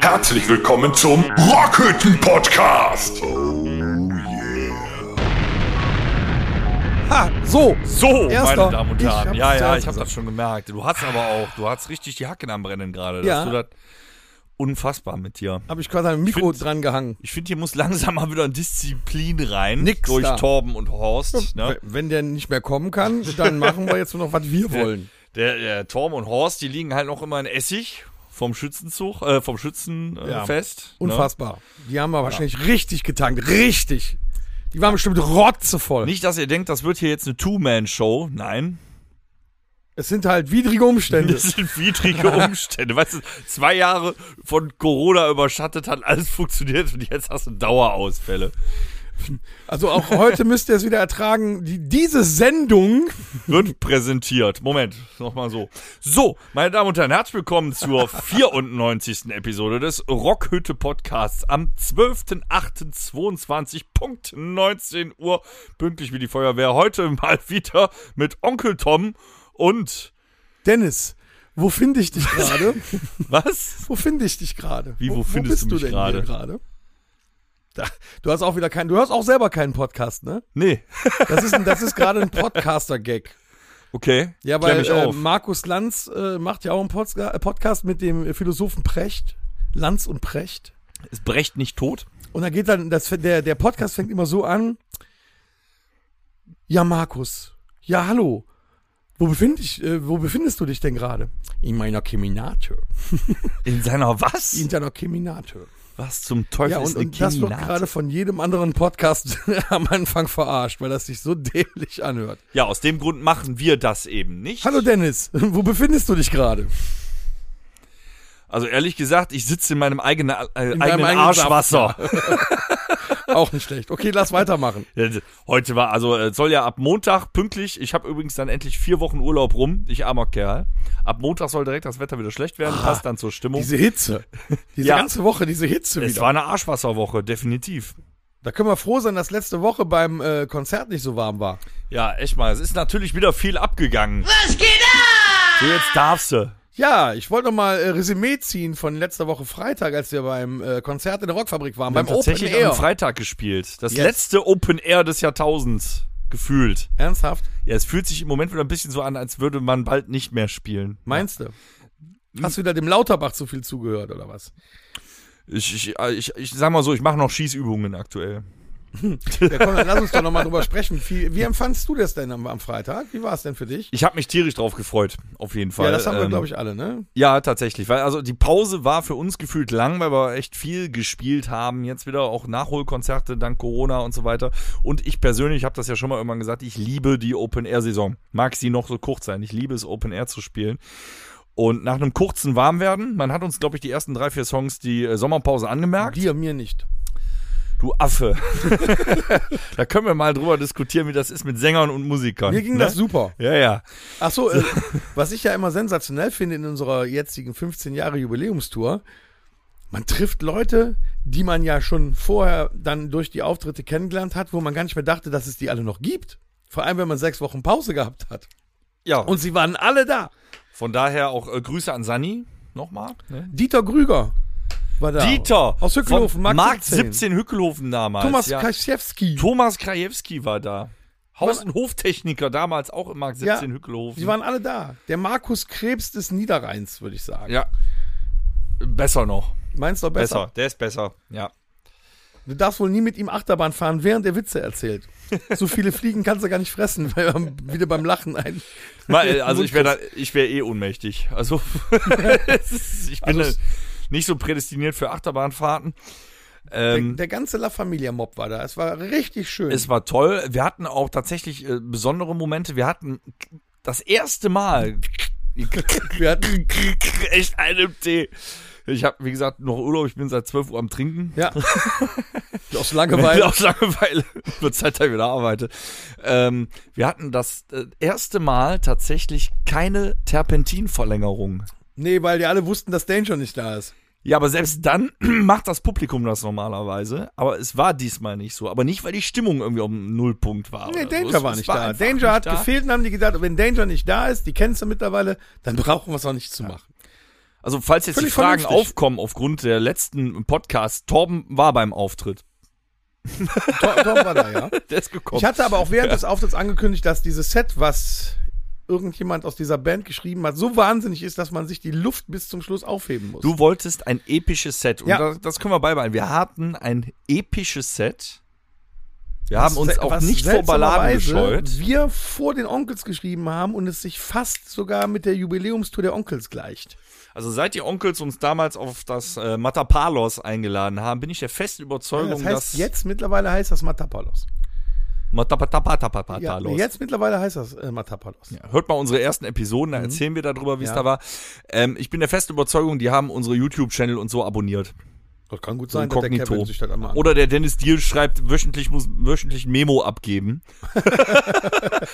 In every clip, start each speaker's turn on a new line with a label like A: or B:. A: Herzlich willkommen zum Rockhütten Podcast.
B: Ha, so.
C: Ah, So,
B: Erster.
C: meine Damen und
B: Ich
C: Herren.
B: hab's
C: ja, ja,
B: zuerst
C: ich habe
B: gesagt.
C: das schon gemerkt. Du hast aber auch, du hast richtig die Hacken am Brennen gerade.
B: Ja.
C: Ja. Du das halt unfassbar mit dir.
B: Habe ich gerade ein Mikro
C: find's-
B: dran gehangen.
C: Ich finde, hier muss langsam mal wieder Disziplin rein.
B: Nix
C: Durch
B: da.
C: Torben und Horst. Ne?
B: W- Wenn der nicht mehr kommen kann, dann machen wir jetzt nur noch, was wir wollen.
C: Der, der äh, Torben und Horst, die liegen halt noch immer in Essig vom Schützenzug, äh, vom Schützenfest. Äh,
B: Ja.
C: Fest,
B: Unfassbar. Die haben wir wahrscheinlich richtig getankt. Richtig. Die waren bestimmt rotzevoll.
C: Ne? Nicht, dass ihr denkt, das wird hier jetzt eine Two-Man-Show. Nein.
B: es sind halt widrige Umstände.
C: Das sind widrige Umstände. Weißt du, zwei Jahre von Corona überschattet hat alles funktioniert und jetzt hast du Dauerausfälle.
B: Also auch heute müsst ihr es wieder ertragen. Die, diese Sendung
C: wird präsentiert. Moment, nochmal so. So, meine Damen und Herren, herzlich willkommen zur 94. Episode des Rockhütte Podcasts am 12.08.22, Punkt 19 Uhr, pünktlich wie die Feuerwehr. Heute mal wieder mit Onkel Tom und
B: Dennis, wo finde ich dich gerade?
C: was?
B: Wo finde ich dich gerade?
C: Wie, wo findest
B: bist
C: du mich
B: denn
C: gerade?
B: hier gerade? Da- Du hast auch wieder keinen, du hörst auch selber keinen Podcast, ne?
C: Nee.
B: Das ist, ein- das ist gerade ein Podcaster-Gag.
C: Okay.
B: Ja,
C: klär
B: weil
C: mich
B: äh,
C: auf.
B: Markus Lanz äh, macht ja auch einen Podca äh, Podcast mit dem Philosophen Precht. Lanz und Precht.
C: Ist Brecht nicht tot?
B: Und da geht dann, das, der, der Podcast fängt immer so an. Ja, Markus. Ja, hallo. Wo, befind ich, äh, wo befindest du dich denn gerade? In meiner Keminate.
C: In seiner was?
B: In deiner Keminate.
C: Was zum Teufel
B: Ja, und,
C: ist eine
B: und das wird
C: Keminate?
B: gerade von jedem anderen Podcast am Anfang verarscht, weil das sich so dämlich anhört.
C: Ja, aus dem Grund machen wir das eben nicht.
B: Hallo Dennis, wo befindest du dich gerade?
C: Also ehrlich gesagt, ich sitze in meinem eigenen, äh, eigenen
B: eigenen
C: Arschwasser.
B: Auch nicht schlecht. Okay, lass weitermachen.
C: Heute war, also äh, soll ja ab Montag pünktlich, ich habe übrigens dann endlich vier Wochen Urlaub rum, ich armer Kerl. Ab Montag soll direkt das Wetter wieder schlecht werden, passt dann zur Stimmung.
B: Ah, Diese Hitze. Diese
C: Ja.
B: ganze Woche, diese Hitze
C: Es
B: wieder.
C: war eine Arschwasserwoche, definitiv.
B: Da können wir froh sein, dass letzte Woche beim äh, Konzert nicht so warm war.
C: Ja, echt mal, es ist natürlich wieder viel abgegangen. Was geht ab? So, jetzt darfst du.
B: Ja, ich wollte noch mal äh, Resümee ziehen von letzter Woche Freitag, als wir beim äh, Konzert in der Rockfabrik waren, beim
C: Wir haben
B: Open
C: tatsächlich
B: Air.
C: am Freitag gespielt. Das
B: Yes.
C: letzte Open Air des Jahrtausends. Gefühlt.
B: Ernsthaft?
C: Ja, es fühlt sich im Moment wieder ein bisschen so an, als würde man bald nicht mehr spielen.
B: Meinst du? Hast du wieder dem Lauterbach zu viel zugehört oder was?
C: Ich, ich, äh, ich, ich sag mal so, ich mache noch Schießübungen aktuell.
B: Ja, komm, dann lass uns doch noch mal drüber sprechen. Wie, wie empfandst du das denn am, am Freitag? Wie war es denn für dich?
C: Ich habe mich tierisch drauf gefreut, auf jeden Fall.
B: ja, das haben wir,
C: Ähm,
B: glaube ich, alle, ne?
C: Ja, tatsächlich. Weil also die Pause war für uns gefühlt lang, weil wir echt viel gespielt haben. Jetzt wieder auch Nachholkonzerte dank Corona und so weiter. Und ich persönlich habe das ja schon mal irgendwann gesagt, ich liebe die Open-Air-Saison. Mag sie noch so kurz sein. Ich liebe es, Open-Air zu spielen. Und nach einem kurzen Warmwerden, man hat uns, glaube ich, die ersten drei, vier Songs die äh, Sommerpause angemerkt.
B: Dir, mir nicht.
C: Du Affe. da können wir mal drüber diskutieren, wie das ist mit Sängern und Musikern.
B: Mir ging
C: ne?
B: das super.
C: Ja, ja.
B: Ach so, äh, was ich ja immer sensationell finde in unserer jetzigen 15 Jahre Jubiläumstour, man trifft Leute, die man ja schon vorher dann durch die Auftritte kennengelernt hat, wo man gar nicht mehr dachte, dass es die alle noch gibt. Vor allem, wenn man sechs Wochen Pause gehabt hat.
C: Ja.
B: Und sie waren alle da.
C: Von daher auch äh, Grüße an Sani nochmal. Ne?
B: Dieter Grüger war da.
C: Dieter
B: Aus Hückelhofen,
C: Markt,
B: Markt
C: 17. Hückelhofen damals.
B: Thomas
C: ja.
B: Kaczewski.
C: Thomas Krajewski war da. Haus- und Hoftechniker damals auch im Markt 17 Hückelhofen.
B: Die waren alle da. Der Markus Krebs des Niederrheins, würde ich sagen.
C: ja. Besser noch.
B: Meinst du
C: Besser.
B: besser?
C: Der ist besser. Ja.
B: Du darfst wohl nie mit ihm Achterbahn fahren, während er Witze erzählt. So viele Fliegen kannst du gar nicht fressen, weil er wieder beim Lachen ein.
C: Mal, äh, Also ich wäre
B: Mundkuss.
C: ich wär eh ohnmächtig. Also es ist- ich bin
B: Also
C: äh,
B: es-
C: nicht so prädestiniert für Achterbahnfahrten. Ähm,
B: Der, der ganze La Familia Mob war da. Es war richtig schön.
C: Es war toll. Wir hatten auch tatsächlich äh, besondere Momente. Wir hatten das erste Mal
B: Wir hatten,
C: echt einen Tee. Ich habe, wie gesagt, noch Urlaub. Ich bin seit 12 Uhr am Trinken.
B: ja. Aus
C: Weil
B: Langeweile.
C: aus Langeweile wird Zeit, dass ich wieder arbeite. Ähm, wir hatten das äh, erste Mal tatsächlich keine Terpentinverlängerung.
B: Nee, weil die alle wussten, dass Danger nicht da ist.
C: Ja, aber selbst dann macht das Publikum das normalerweise. Aber es war diesmal nicht so. Aber nicht, weil die Stimmung irgendwie um Nullpunkt war.
B: Nee,
C: oder so.
B: Danger
C: Es-
B: war
C: es
B: nicht da.
C: einfach
B: Danger
C: nicht
B: hat
C: da.
B: gefehlt und haben die gedacht, wenn Danger nicht da ist, die kennst du mittlerweile, dann brauchen wir es auch nicht zu machen.
C: Also, falls jetzt
B: Völlig
C: die Fragen
B: vernünftig.
C: aufkommen aufgrund der letzten Podcasts, Torben war beim Auftritt.
B: Tor, Tor war da, ja.
C: Der ist gekommen.
B: Ich hatte aber auch während des Auftritts angekündigt, dass dieses Set, was irgendjemand aus dieser Band geschrieben hat, so wahnsinnig ist, dass man sich die Luft bis zum Schluss aufheben muss.
C: Du wolltest ein episches Set. Und
B: Ja.
C: das, das können wir beibehalten. Wir hatten ein episches Set. Wir haben
B: Was
C: uns
B: se-
C: auch
B: was
C: nicht vor Balladen
B: seltsamerweise
C: gescheut.
B: Wir vor den Onkels geschrieben haben und es sich fast sogar mit der Jubiläumstour der Onkels gleicht.
C: Also seit die Onkels uns damals auf das äh, Matapalos eingeladen haben, bin ich der festen Überzeugung,
B: Das heißt,
C: dass
B: jetzt mittlerweile heißt das Matapalos. Ja,
C: Matapatapatapalos.
B: jetzt mittlerweile heißt das äh, Matapalos.
C: Ja, Hört mal unsere ersten Episoden, da erzählen wir darüber, wie es
B: Mhm. Ja.
C: da war. Ähm, ich bin der festen Überzeugung, die haben unsere YouTube-Channel und so abonniert.
B: Das kann gut
C: Inkognito.
B: das einmal
C: Oder der Dennis Diel schreibt, wöchentlich muss wöchentlich ein Memo abgeben.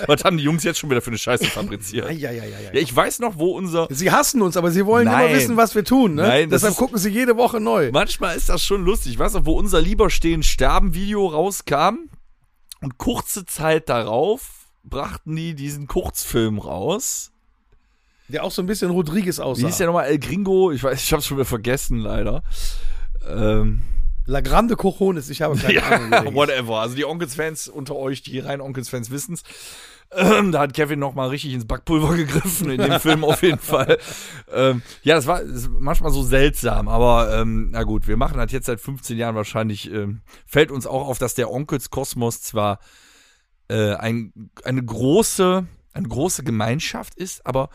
C: Was haben die Jungs jetzt schon wieder für eine Scheiße fabriziert?
B: Ja, ja, ja, ja.
C: Ja, ich weiß noch, wo unser.
B: Sie hassen uns, aber sie wollen
C: Nein.
B: immer wissen, was wir tun. Ne?
C: Nein, das
B: Deshalb
C: ist-
B: gucken sie jede Woche neu.
C: Manchmal ist das schon lustig. Ich weiß noch, wo unser Lieber stehen sterben Video rauskam. Und kurze Zeit darauf brachten die diesen Kurzfilm raus.
B: Der auch so ein bisschen Rodriguez
C: Wie hieß der
B: aussah.
C: nochmal? El Gringo? Ich weiß, ich hab's schon wieder vergessen, leider. Ähm,
B: La Grande Cojones, ich habe keine Ahnung.
C: ja,
B: wer der hieß.
C: whatever. Also die Onkels-Fans unter euch, die rein Onkels-Fans wissen's. Ähm, da hat Kevin nochmal richtig ins Backpulver gegriffen in dem Film auf jeden Fall. Ähm, ja, es war es ist manchmal so seltsam, aber ähm, na gut, wir machen das jetzt seit 15 Jahren wahrscheinlich. Ähm, fällt uns auch auf, dass der Onkels-Kosmos zwar äh, ein, eine große, eine große Gemeinschaft ist, aber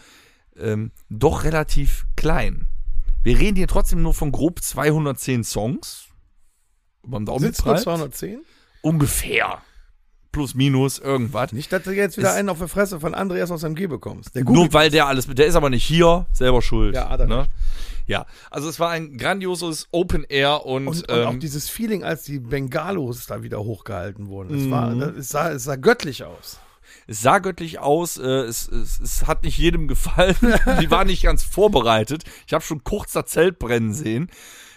C: ähm, doch relativ klein. Wir reden hier trotzdem nur von grob 210 Songs. Beim Daumen
B: Sitzt nur 210?
C: Ungefähr. Plus, minus, irgendwas.
B: Nicht, dass du jetzt wieder
C: Es-
B: einen auf der Fresse von Andreas aus MG bekommst. Der
C: Nur weil der alles, der ist aber nicht hier, selber schuld.
B: Ja, hat er
C: ne? ja. also es war ein grandioses Open Air und,
B: Und, und
C: ähm,
B: auch dieses Feeling, als die Bengalos da wieder hochgehalten wurden. Es,
C: Mhm.
B: war, das, es, sah, es sah göttlich aus.
C: es sah göttlich aus, äh, es, es, es hat nicht jedem gefallen, die waren nicht ganz vorbereitet. Ich habe schon kurz das Zelt brennen sehen.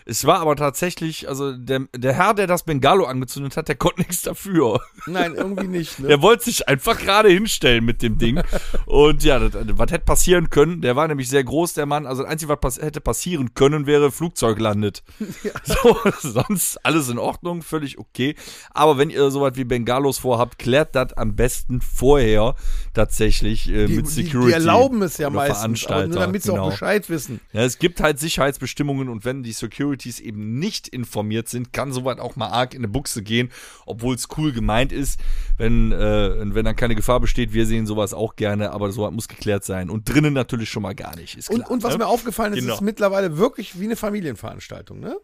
C: Es war aber tatsächlich, also der, der Herr, der das Bengalo angezündet hat, der konnte nichts dafür.
B: Nein, irgendwie nicht. Ne?
C: Der wollte sich einfach gerade hinstellen mit dem Ding. Und ja, das, äh, was hätte passieren können? Der war nämlich sehr groß, der Mann. Also das Einzige, was pass hätte passieren können, wäre Flugzeug landet. So, sonst alles in Ordnung, völlig okay. Aber wenn ihr sowas wie Bengalos vorhabt, klärt das am besten vorher tatsächlich äh,
B: die,
C: mit
B: die,
C: Security.
B: die erlauben es ja
C: oder
B: meistens, aber
C: Veranstalter,
B: nur damit sie
C: genau.
B: auch Bescheid wissen.
C: Ja, es gibt halt Sicherheitsbestimmungen und wenn die Securities eben nicht informiert sind, kann soweit auch mal arg in eine Buchse gehen, obwohl es cool gemeint ist. Wenn, äh, und wenn dann keine Gefahr besteht, wir sehen sowas auch gerne, aber sowas muss geklärt sein. Und drinnen natürlich schon mal gar nicht. Ist
B: Und,
C: klar,
B: und was
C: ne?
B: mir aufgefallen ist,
C: Genau.
B: ist mittlerweile wirklich wie eine Familienveranstaltung. Ne?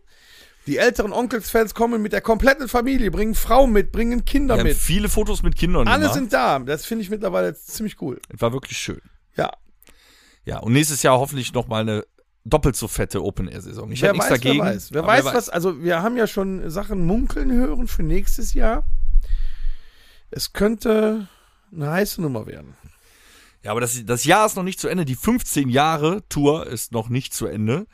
B: Die älteren Onkelsfans kommen mit der kompletten Familie, bringen Frauen mit, bringen Kinder
C: wir haben
B: mit.
C: viele Fotos mit Kindern
B: Alle
C: gemacht.
B: sind da. Das finde ich mittlerweile ziemlich cool.
C: Es war wirklich schön.
B: Ja.
C: Ja, und nächstes Jahr hoffentlich noch mal eine doppelt so fette Open-Air-Saison. Ich
B: Wer
C: hätte
B: weiß,
C: nichts dagegen.
B: wer weiß. Wer
C: aber
B: weiß, was, also wir haben ja schon Sachen munkeln hören für nächstes Jahr. Es könnte eine heiße Nummer werden.
C: Ja, aber das, das Jahr ist noch nicht zu Ende. Die 15 Jahre Tour ist noch nicht zu Ende.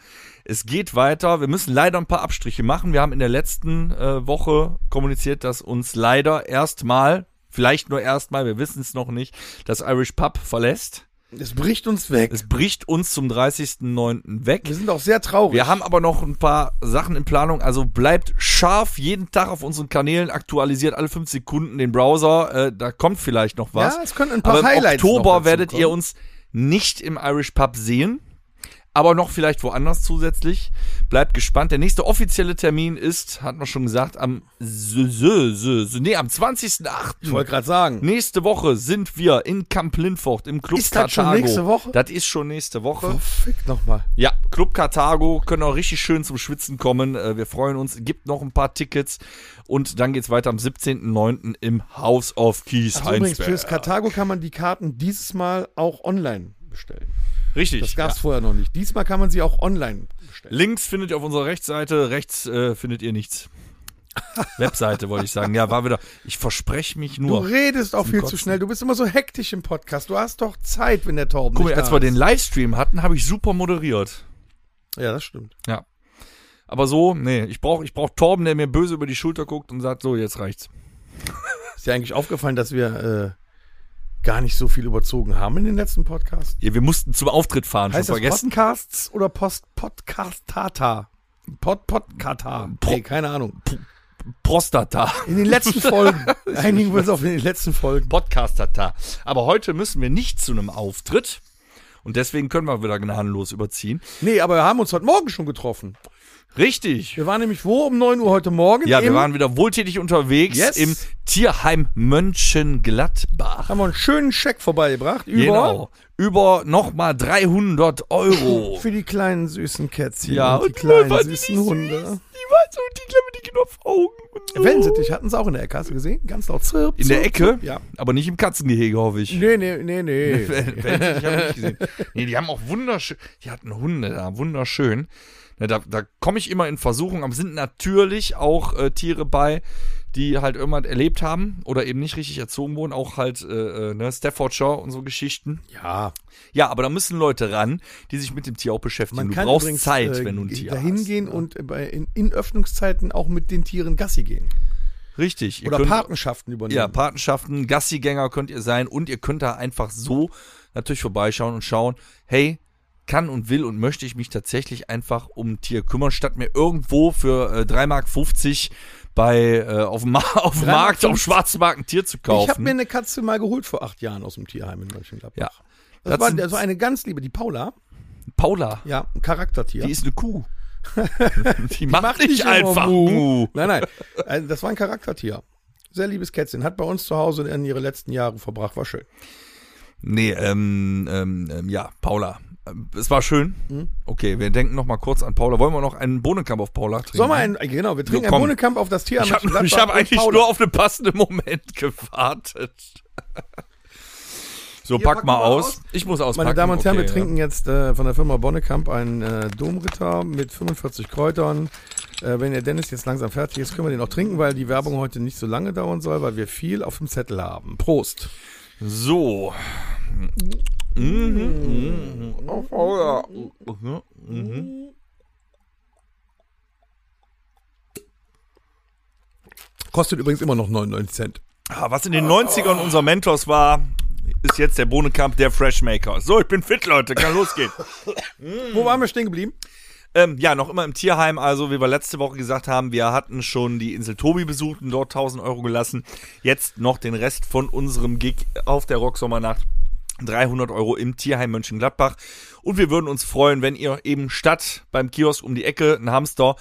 C: Es geht weiter. Wir müssen leider ein paar Abstriche machen. Wir haben in der letzten äh, Woche kommuniziert, dass uns leider erstmal, vielleicht nur erstmal, wir wissen es noch nicht, das Irish Pub verlässt.
B: Es bricht uns weg.
C: Es bricht uns zum 30.09. weg.
B: wir sind auch sehr traurig.
C: Wir haben aber noch ein paar Sachen in Planung, also bleibt scharf jeden Tag auf unseren Kanälen, aktualisiert alle fünf Sekunden den Browser, äh, da kommt vielleicht noch was.
B: Ja, es können ein paar
C: aber im
B: Highlights noch
C: Oktober
B: dazu
C: werdet ihr
B: kommen.
C: uns nicht im Irish Pub sehen, aber noch vielleicht woanders zusätzlich. Bleibt gespannt. Der nächste offizielle Termin ist, hatten wir schon gesagt, am sö, sö, sö, sö, nee, am 20.08.
B: ich wollte gerade sagen.
C: Nächste Woche sind wir in Kamp Lindfort im Club
B: Ist das schon
C: Karthago.
B: nächste Woche?
C: Das ist schon nächste Woche.
B: Oh, fick nochmal.
C: Ja, Club Karthago, können auch richtig schön zum Schwitzen kommen. Äh, Wir freuen uns, gibt noch ein paar Tickets und dann geht's weiter am 17.09. im House of Keys
B: Ach, Also übrigens,
C: Heinsberg.
B: fürs Karthago kann man die Karten dieses Mal auch online bestellen.
C: Richtig.
B: Das gab es
C: ja.
B: vorher noch nicht. Diesmal kann man sie auch online bestellen.
C: Links findet ihr auf unserer Rechtsseite, rechts äh, findet ihr nichts. Webseite wollte ich sagen. Ja, war wieder. Ich verspreche mich
B: Du
C: nur.
B: redest auch viel
C: Kotzen.
B: zu schnell. Du bist immer so hektisch im Podcast. Du hast doch Zeit, wenn der Torben
C: Guck mal,
B: nicht
C: als
B: da
C: wir den
B: ist.
C: Livestream hatten, habe ich super moderiert.
B: Ja, das stimmt.
C: Ja. Aber so, nee, ich brauche ich brauch Torben, der mir böse über die Schulter guckt und sagt, so, jetzt reicht's.
B: Ist dir eigentlich aufgefallen, dass wir äh, gar nicht so viel überzogen haben in den letzten Podcasts?
C: Ja, wir mussten zum Auftritt fahren,
B: Heißt
C: schon
B: das
C: vergessen.
B: Podcasts oder Post Podcast-Tata? Pod Podcast-Tata. Nee, keine Ahnung.
C: Prostata.
B: In den letzten Folgen. Einigen wir uns auf den letzten Folgen.
C: Podcast-Tata. Aber heute müssen wir nicht zu einem Auftritt. Und deswegen können wir wieder gnadenlos überziehen.
B: Nee, aber wir haben uns heute Morgen schon getroffen.
C: Richtig.
B: Wir waren nämlich wo? Um 9 Uhr heute Morgen.
C: Ja, wir
B: im-
C: waren wieder wohltätig unterwegs
B: Yes.
C: im Tierheim Mönchengladbach.
B: Haben wir einen schönen Scheck vorbeigebracht. Über.
C: Genau. Über nochmal 300 Euro.
B: Für die kleinen süßen Kätzchen.
C: Genau. Ja,
B: und die
C: und
B: kleinen
C: war die nicht
B: süßen
C: süß?
B: Hunde.
C: Die war so, die Klemme, die ging auf Augen. und so.
B: Wellensittich hatten sie auch in der Ecke, hast du gesehen? Ganz laut zirp.
C: In der
B: zirp,
C: Ecke,
B: zirp, Ja.
C: aber nicht im Katzengehege, hoffe ich.
B: Nee, nee, nee, nee.
C: Wellensittich hab ich nicht gesehen. Nee, die haben auch wunderschön, die hatten Hunde da, wunderschön. Ne, da da komme ich immer in Versuchung, aber es sind natürlich auch äh, Tiere bei, die halt irgendwas erlebt haben oder eben nicht richtig erzogen wurden, auch halt äh, äh, ne, Staffordshire und so Geschichten.
B: Ja.
C: Ja, aber da müssen Leute ran, die sich mit dem Tier auch beschäftigen.
B: Man
C: du
B: kann
C: brauchst
B: übrigens,
C: Zeit,
B: äh,
C: wenn du ein Tier
B: dahin
C: hast. ne?
B: gehen und äh, bei, in, in Öffnungszeiten auch mit den Tieren Gassi gehen.
C: Richtig. ihr
B: Oder
C: könnt-
B: Patenschaften übernehmen.
C: Ja, Patenschaften, Gassigänger könnt ihr sein und ihr könnt da einfach so natürlich vorbeischauen und schauen, hey, kann und will und möchte ich mich tatsächlich einfach um ein Tier kümmern, statt mir irgendwo für äh, 3,50 Mark bei, äh, auf dem, Ma auf dem
B: 3,50?
C: Markt, auf dem Schwarzmarkt ein Tier zu kaufen.
B: ich habe mir eine Katze mal geholt vor acht Jahren aus dem Tierheim in Mönchengladbach.
C: Ja.
B: Das,
C: Das
B: war
C: sind-
B: also eine ganz liebe, die Paula.
C: Paula,
B: Ja, ein Charaktertier.
C: die ist eine Kuh. die, macht, nicht
B: immer
C: einfach
B: Mu.
C: Mu.
B: Nein, nein. Also das war ein Charaktertier. Sehr liebes Kätzchen. Hat bei uns zu Hause in ihre letzten Jahre verbracht. War schön.
C: Nee, ähm, ähm, ähm, ja, Paula. Ähm, Es war schön.
B: Hm?
C: Okay, wir denken noch mal kurz an Paula. Wollen wir noch einen Bohnenkamp auf Paula trinken?
B: Sollen wir einen, genau, wir trinken einen
C: komm.
B: Bohnenkamp auf das Tier.
C: Ich habe hab eigentlich nur auf einen passenden Moment gewartet. So, pack
B: packen
C: mal
B: wir
C: aus.
B: aus.
C: Ich muss auspacken.
B: Meine Damen und Herren, wir
C: Okay,
B: trinken jetzt äh, von der Firma Bonnekamp einen äh, Domritter mit 45 Kräutern. Äh, wenn der Dennis jetzt langsam fertig ist, können wir den auch trinken, weil die Werbung heute nicht so lange dauern soll, weil wir viel auf dem Zettel haben. Prost.
C: Ja. So. Mhm. Mhm. Oh, Paula. Mhm. Mhm.
B: Kostet übrigens immer noch 99 Cent.
C: Ah, Was in den 90ern unser Mentors war, ist jetzt der Bohnenkamp, der Freshmaker. So, ich bin fit, Leute. Kann losgehen.
B: Wo waren wir stehen geblieben?
C: Ähm, ja, noch immer im Tierheim. Also, wie wir letzte Woche gesagt haben, wir hatten schon die Insel Tobi besucht und dort 1000 Euro gelassen. Jetzt noch den Rest von unserem Gig auf der Rocksommernacht. 300 Euro im Tierheim Mönchengladbach. Und wir würden uns freuen, wenn ihr eben statt beim Kiosk um die Ecke einen Hamster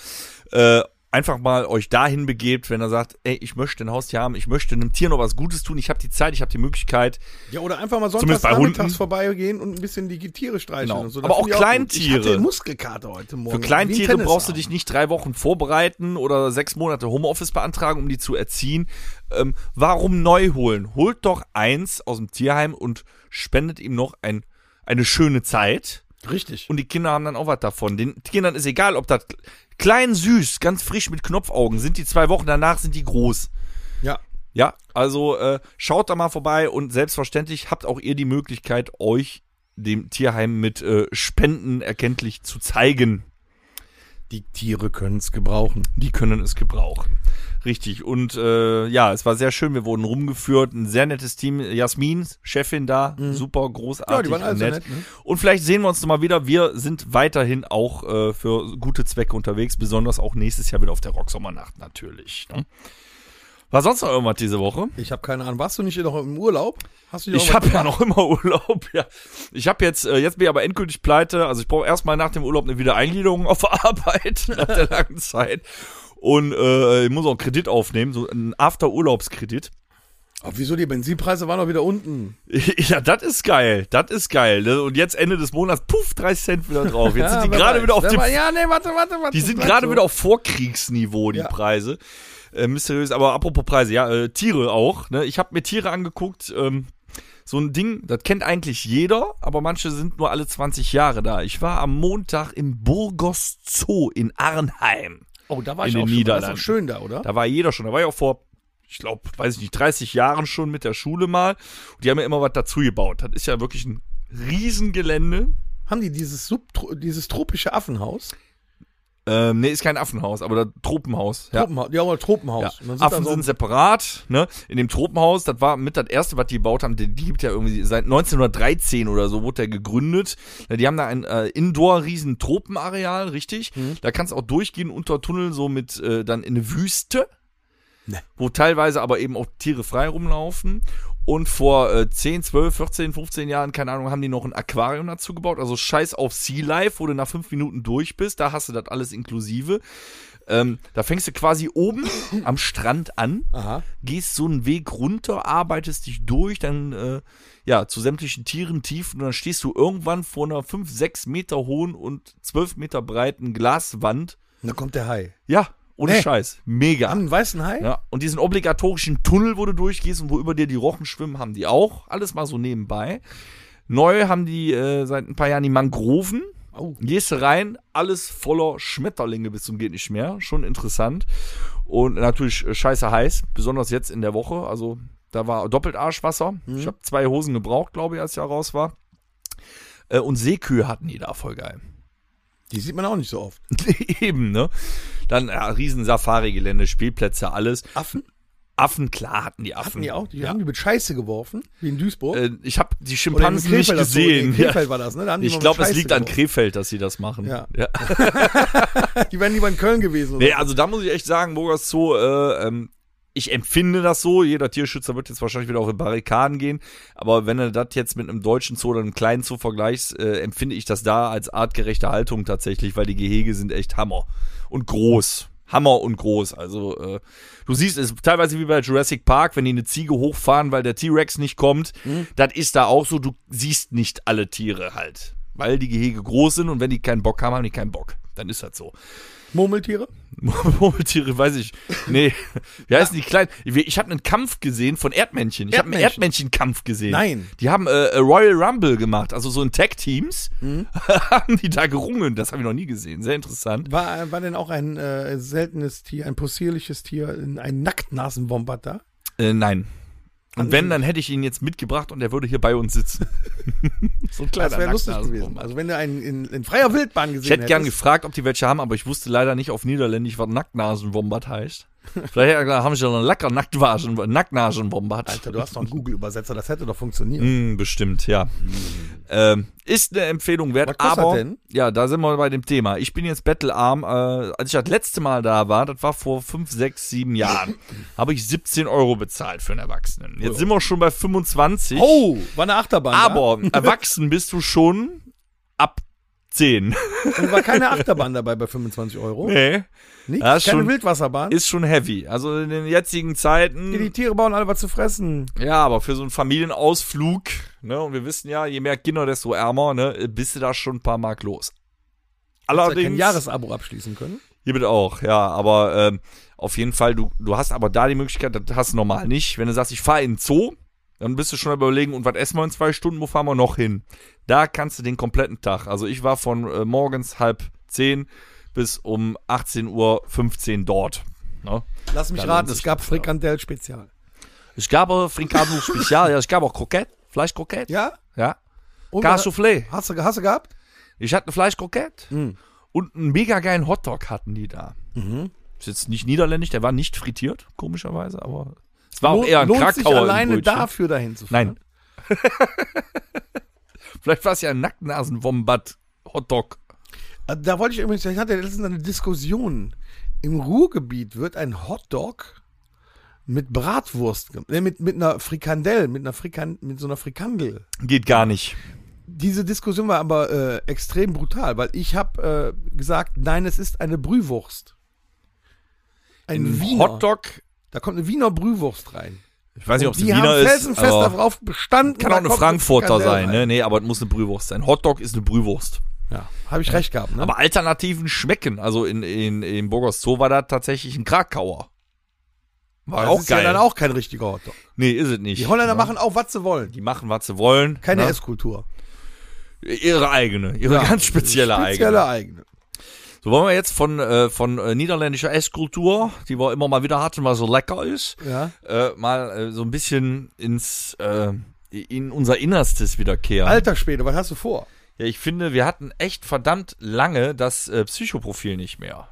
C: äh, einfach mal euch dahin begebt, wenn ihr sagt, ey, ich möchte ein Haustier haben, ich möchte einem Tier noch was Gutes tun, ich habe die Zeit, ich habe die Möglichkeit,
B: Ja, oder einfach mal sonntags
C: Zumindest bei Hunden.
B: nachmittags vorbeigehen und ein bisschen die Tiere streicheln.
C: Genau.
B: Und so.
C: Aber
B: Das
C: auch
B: finde ich gut.
C: Kleintiere.
B: Ich hatte Muskelkater heute Morgen.
C: Für Kleintiere
B: Äh, Wie ein
C: brauchst du dich nicht drei Wochen vorbereiten oder sechs Monate Homeoffice beantragen, um die zu erziehen. Ähm, warum neu holen? Holt doch eins aus dem Tierheim und spendet ihm noch ein, eine schöne Zeit.
B: Tennisarm. Richtig.
C: Und die Kinder haben dann auch was davon. Den Kindern ist egal, ob das klein, süß, ganz frisch mit Knopfaugen sind, die zwei Wochen danach sind die groß.
B: Ja.
C: Ja, also äh, schaut da mal vorbei und selbstverständlich habt auch ihr die Möglichkeit, euch dem Tierheim mit äh, Spenden erkenntlich zu zeigen.
B: Die Tiere können es gebrauchen.
C: die können es gebrauchen. Richtig. Und äh, ja, es war sehr schön. Wir wurden rumgeführt. Ein sehr nettes Team. Jasmin, Chefin da, super großartig.
B: Mhm. Ja, die waren alle
C: und
B: so nett, ne?
C: Und vielleicht sehen wir uns nochmal wieder. Wir sind weiterhin auch äh, für gute Zwecke unterwegs, besonders auch nächstes Jahr wieder auf der Rocksommernacht natürlich. Ne? War sonst noch irgendwas diese Woche?
B: Ich habe keine Ahnung. Warst du nicht noch im Urlaub? Hast du dich
C: Ich habe ja noch immer Urlaub, ja. Ich habe jetzt, äh, jetzt bin ich aber endgültig pleite. Also ich brauche erstmal nach dem Urlaub eine Wiedereingliederung auf Arbeit nach der langen Zeit. Und äh, ich muss auch einen Kredit aufnehmen, so einen After-Urlaubskredit.
B: Aber Oh, wieso die Benzinpreise waren doch wieder unten?
C: Ja, das ist geil, das ist geil. Ne? Und jetzt Ende des Monats, puff, 30 Cent wieder drauf. Jetzt
B: Ja,
C: sind die
B: wer
C: gerade
B: weiß.
C: wieder auf
B: Wer
C: dem
B: weiß. Ja, nee, warte, warte, warte.
C: Die sind gerade wieder auf Vorkriegsniveau, die
B: Ja.
C: Preise. Äh, mysteriös, aber apropos Preise, ja, äh, Tiere auch. Ne? Ich habe mir Tiere angeguckt. Ähm, so ein Ding, das kennt eigentlich jeder, aber manche sind nur alle 20 Jahre da. Ich war am Montag im Burgos Zoo in Arnheim.
B: Oh, da war
C: in
B: ich
C: den
B: auch schon. mal. Das ist
C: Niederlanden.
B: doch schön da, oder?
C: Da war jeder schon. Da war ich auch vor, ich glaube, weiß ich nicht, 30 Jahren schon mit der Schule mal. Und die haben ja immer was dazu gebaut. Das ist ja wirklich ein Riesengelände.
B: Haben die dieses, Subtro dieses tropische Affenhaus?
C: Ähm, nee, ist kein Affenhaus, aber das Tropenhaus. Ja.
B: Tropenhaus, ja, oder
C: Ja.
B: Tropenhaus. Man sieht da
C: Affen
B: so-
C: sind separat, ne? In dem Tropenhaus, das war mit das erste, was die gebaut haben, die, die gibt ja irgendwie seit 1913 oder so wurde der gegründet. Ja, Die haben da ein äh, Indoor riesen Tropenareal, richtig?
B: Mhm.
C: Da kannst du auch durchgehen unter Tunnel so mit äh, dann in eine Wüste,
B: Ne.
C: wo teilweise aber eben auch Tiere frei rumlaufen. Und vor äh, 10, 12, 14, 15 Jahren, keine Ahnung, haben die noch ein Aquarium dazu gebaut. Also scheiß auf Sea Life, wo du nach fünf Minuten durch bist. Da hast du das alles inklusive. Ähm, da fängst du quasi oben am Strand an,
B: Aha.
C: gehst so einen Weg runter, arbeitest dich durch, dann äh, ja zu sämtlichen Tieren, Tiefen und dann stehst du irgendwann vor einer 5, 6 Meter hohen und 12 Meter breiten Glaswand.
B: Da kommt der Hai.
C: Ja, ohne
B: Nee.
C: Scheiß.
B: Wir
C: Mega.
B: haben einen weißen Hai?
C: Ja, Ne? und diesen obligatorischen Tunnel, wo du durchgehst und wo über dir die Rochen schwimmen, haben die auch. Alles mal so nebenbei. Neu haben die äh, seit ein paar Jahren die Mangroven.
B: Oh.
C: Gehst du rein, alles voller Schmetterlinge bis zum geht nicht mehr. Schon interessant. Und natürlich äh, scheiße heiß, besonders jetzt in der Woche. Also da war doppelt Arschwasser. Ich habe zwei Hosen gebraucht, glaube ich, als ich da raus war. Äh, und Seekühe hatten die da voll geil.
B: Die sieht man auch nicht so oft.
C: Eben, ne? Dann ja, riesen Safari-Gelände, Spielplätze, alles.
B: Affen?
C: Affen, klar hatten die Affen.
B: Hatten die auch? Die haben die mit Scheiße geworfen, wie in Duisburg.
C: Äh, ich habe die
B: Oder in
C: Schimpansen nicht
B: Krefeld das so- In
C: gesehen.
B: Krefeld
C: Ja.
B: war das, ne? Da haben die
C: Ich
B: mal mit
C: glaube, es
B: Scheiße
C: liegt an
B: geworfen.
C: Krefeld, dass sie das machen.
B: Ja.
C: Ja.
B: Die wären lieber in Köln gewesen.
C: Nee, also da muss ich echt sagen, Burgers Zoo, äh, ähm, ich empfinde das so. Jeder Tierschützer wird jetzt wahrscheinlich wieder auf die Barrikaden gehen. Aber wenn du das jetzt mit einem deutschen Zoo oder einem kleinen Zoo vergleichst, äh, empfinde ich das da als artgerechte Haltung tatsächlich, weil die Gehege sind echt Hammer und groß. Hammer und groß. Also, äh, du siehst es ist teilweise wie bei Jurassic Park, wenn die eine Ziege hochfahren, weil der T-Rex nicht kommt. Das ist da auch so. Du siehst nicht alle Tiere halt. Weil die Gehege groß sind und wenn die keinen Bock haben, haben die keinen Bock. Dann ist das so.
B: Murmeltiere?
C: Murmeltiere, weiß ich. Nee, wie heißen die kleinen? Ich habe einen Kampf gesehen von Erdmännchen. Ich habe einen
B: Erdmännchen.
C: Erdmännchen-Kampf gesehen.
B: Nein.
C: Die haben äh, Royal Rumble gemacht, also so in Tag-Teams.
B: Mhm.
C: haben die da gerungen. Das habe ich noch nie gesehen. Sehr interessant.
B: War, war denn auch ein äh, seltenes Tier, ein possierliches Tier, ein ein Nacktnasenbombard da?
C: Äh, nein. Und wenn, dann hätte ich ihn jetzt mitgebracht und er würde hier bei uns sitzen. so ein
B: Das wäre lustig
C: Nacktnasenbomber.
B: gewesen. Also wenn du einen in, in freier Wildbahn gesehen
C: Ich hätte gern
B: hättest.
C: gefragt, ob die welche haben, aber ich wusste leider nicht auf Niederländisch, was Nacktnasenwombat heißt. Vielleicht haben sie ja noch einen lecker Nacktwasen- Nacktnasenwombat.
B: Alter, du hast doch einen Google-Übersetzer, das hätte doch funktioniert.
C: Mm, bestimmt, ja. Ähm, ist eine Empfehlung wert,
B: Was kostet
C: aber
B: denn?
C: ja, da sind wir bei dem Thema. Ich bin jetzt bettelarm. Äh, als ich das letzte Mal da war, das war vor fünf, sechs, sieben Jahren, habe ich 17 Euro bezahlt für einen Erwachsenen. Jetzt sind wir schon bei 25.
B: Oh, war eine Achterbahn.
C: aber erwachsen bist du schon ab 10.
B: Da? Und war keine Achterbahn dabei bei 25 Euro.
C: Nee.
B: Nix,
C: Ja,
B: keine
C: ist schon-
B: Wildwasserbahn.
C: Ist schon heavy. Also in den jetzigen Zeiten.
B: die Tiere bauen alle was zu fressen.
C: Ja, aber für so einen Familienausflug, ne, und wir wissen ja, je mehr Kinder, desto ärmer, ne, bist du da schon ein paar Mark los.
B: Allerdings.
C: Allerdings,
B: kein Jahresabo abschließen können.
C: hier bitte auch, ja, aber ähm, auf jeden Fall, du, du hast aber da die Möglichkeit, das hast du normal nicht. Wenn du sagst, ich fahre in den Zoo, dann bist du schon am überlegen, und was essen wir in zwei Stunden, wo fahren wir noch hin? Da kannst du den kompletten Tag, also ich war von äh, morgens halb zehn bis um 18.15 Uhr dort. Ne?
B: Lass mich
C: Da
B: raten,
C: lohnt
B: es
C: sich
B: gab
C: das,
B: Frikandell-Spezial.
C: Ich gab auch Frikadel Spezial, ja, ich gab auch Kroket, Fleischkroket.
B: Ja?
C: ja.
B: Und
C: Car
B: was-
C: Soufflé.
B: hast, du, hast du gehabt?
C: Ich hatte eine Fleischkroket
B: Mhm.
C: und einen mega geilen Hotdog hatten die da. Ist jetzt nicht niederländisch, der war nicht frittiert, komischerweise, aber es war auch
B: Lohnt-
C: eher ein
B: lohnt
C: Krakauer.
B: sich
C: im
B: alleine
C: Brötchen.
B: dafür dahin zu fahren.
C: Nein. Vielleicht war es ja ein Nacktnasenwombat Hotdog.
B: Nein. Äh, Da wollte ich übrigens, ich hatte letztens eine Diskussion. Im Ruhrgebiet wird ein Hotdog mit Bratwurst, gem- ne, mit, mit einer Frikandel, mit einer Frikan, mit so einer Frikandel.
C: Geht gar nicht.
B: Diese Diskussion war aber äh, extrem brutal, weil ich habe äh, gesagt, nein, es ist eine Brühwurst. Ein Wiener.
C: Hotdog.
B: Da kommt eine Wiener Brühwurst rein.
C: Ich weiß nicht, ob es
B: Die haben
C: Wiener ist.
B: felsenfest
C: Aber
B: darauf bestanden.
C: kann auch
B: da
C: eine
B: kommt
C: Frankfurter
B: Frikandel
C: sein, ne?
B: rein.
C: Nee, aber es muss eine Brühwurst sein. Hotdog ist eine Brühwurst.
B: Ja, habe ich recht gehabt. Ne?
C: Aber Alternativen schmecken. Also in, in, in Burgos Zoo war da tatsächlich ein Krakauer. War
B: das
C: auch
B: ist
C: geil. ne?
B: ja dann auch kein richtiger Hotdog.
C: nee, ist es nicht.
B: Die Holländer
C: Ja.
B: machen auch, was sie wollen.
C: Die machen, was sie wollen.
B: Keine
C: ne?
B: Esskultur.
C: Ihre eigene, ihre ganz spezielle,
B: Spezielle eigene.
C: eigene. So wollen wir jetzt von, äh, von äh, niederländischer Esskultur, die wir immer mal wieder hatten, weil so lecker ist,
B: Ja.
C: äh, mal äh, so ein bisschen ins, äh, in unser Innerstes wiederkehren.
B: Alter Schwede, was hast du vor?
C: Ja, ich finde, wir hatten echt verdammt lange das äh, Psychoprofil nicht mehr.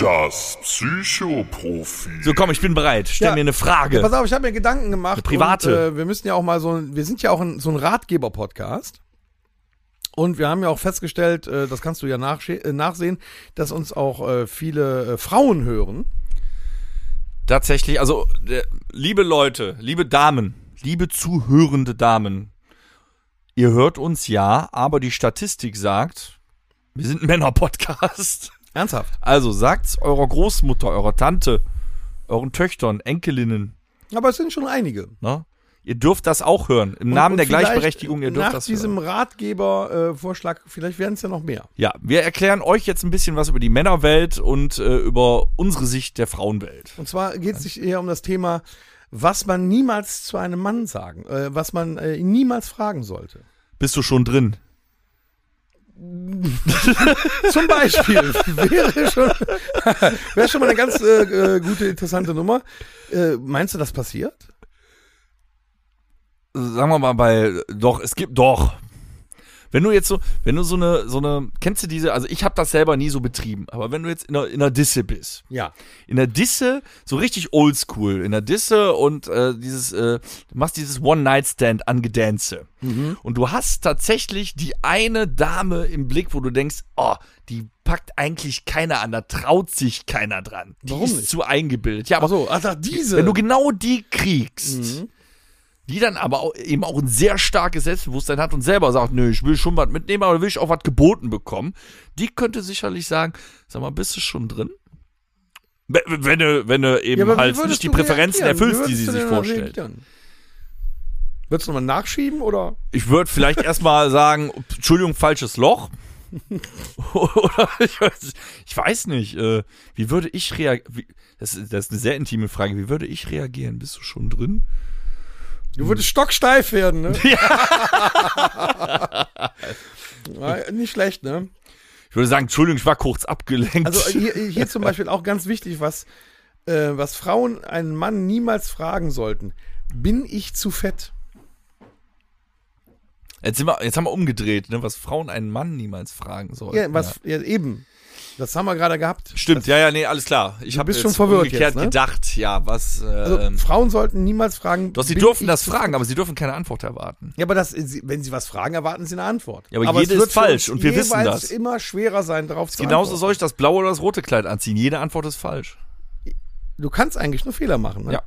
A: Das Psychoprofi.
C: So, komm, ich bin bereit. Stell
B: Ja.
C: mir eine Frage.
B: Pass auf, ich habe mir Gedanken gemacht.
C: Private.
B: Und, äh, wir müssen ja auch mal so, ein- wir sind ja auch ein, so ein Ratgeber-Podcast. Und wir haben ja auch festgestellt, äh, das kannst du ja nachsche- äh, nachsehen, dass uns auch äh, viele äh, Frauen hören.
C: Tatsächlich, also äh, liebe Leute, liebe Damen, liebe zuhörende Damen, ihr hört uns ja, aber die Statistik sagt, wir sind ein Männer-Podcast.
B: Ernsthaft.
C: Also sagt's eurer Großmutter, eurer Tante, euren Töchtern, Enkelinnen,
B: Aber es sind schon einige.
C: ne? Ihr dürft das auch hören. Im
B: Und-
C: Namen
B: und
C: der
B: vielleicht
C: Gleichberechtigung, ihr
B: Nach
C: dürft das hören.
B: diesem Ratgeber-Vorschlag, vielleicht werden es ja noch mehr.
C: Ja, wir erklären euch jetzt ein bisschen was über die Männerwelt und äh, über unsere Sicht der Frauenwelt.
B: Und zwar geht es sich eher um das Thema, was man niemals zu einem Mann sagen, äh, was man äh, ihn niemals fragen sollte.
C: Bist du schon drin?
B: Zum Beispiel wäre schon, wäre schon mal eine ganz äh, äh, gute, interessante Nummer. Äh, meinst du, das passiert?
C: sagen wir mal bei doch es gibt doch wenn du jetzt so wenn du so eine so eine kennst du diese also ich habe das selber nie so betrieben aber wenn du jetzt in einer, in einer Disse bist
B: Ja.
C: in der Disse so richtig oldschool in der Disse und äh, dieses äh, du machst dieses One Night Stand angedanze
B: Mhm.
C: und du hast tatsächlich die eine Dame im Blick wo du denkst oh die packt eigentlich keiner an da traut sich keiner dran die
B: Warum
C: ist
B: nicht?
C: zu eingebildet ja aber
B: Achso, also diese.
C: wenn du genau die kriegst,
B: Mhm.
C: die dann aber auch, eben auch ein sehr starkes Selbstbewusstsein hat und selber sagt, nö, ich will schon was mitnehmen, aber will ich auch was geboten bekommen, die könnte sicherlich sagen, sag mal, bist du schon drin? Wenn- Wenn du, wenn du eben
B: Ja, aber wie
C: halt
B: würdest
C: nicht die
B: du
C: Präferenzen
B: reagieren? Wie
C: erfüllst, die
B: würdest
C: sie
B: du
C: sich
B: denn dann
C: vorstellt.
B: reagieren? Würdest du nochmal nachschieben oder?
C: Ich würde vielleicht erstmal sagen, Entschuldigung, falsches Loch. Oder ich weiß, ich weiß nicht, äh, wie würde ich reagieren? Das, ist- das ist eine sehr intime Frage. Wie würde ich reagieren? Bist du schon drin?
B: Du würdest
C: Hm.
B: stocksteif werden, ne? Ja. Nicht schlecht, ne?
C: Ich würde sagen, Entschuldigung, ich war kurz abgelenkt.
B: Also hier, hier zum Beispiel auch ganz wichtig, was, äh, was Frauen einen Mann niemals fragen sollten. Bin ich zu fett?
C: jetzt, sind wir, jetzt haben wir umgedreht, ne? was Frauen einen Mann niemals fragen sollten.
B: Ja, was, ja. eben. Das haben wir gerade gehabt.
C: Stimmt, ja, ja, nee, alles klar. Ich habe
B: bist schon verwirrt
C: umgekehrt
B: jetzt, ne?
C: gedacht, ja, was. Äh,
B: Also,
C: ähm,
B: Frauen sollten niemals fragen.
C: doch, sie
B: bin
C: dürfen
B: ich
C: das
B: zu
C: fragen,
B: fett?
C: aber sie dürfen keine Antwort erwarten.
B: Ja, aber das, sie- wenn sie was fragen, erwarten sie eine Antwort.
C: Ja, aber jede ist
B: für
C: falsch
B: uns
C: und wir wissen
B: jeweils
C: das.
B: immer schwerer sein, darauf zu
C: Genauso
B: antworten.
C: soll ich das blaue oder das rote Kleid anziehen. Jede Antwort ist falsch.
B: Du kannst eigentlich nur Fehler machen. Ne?
C: Ja.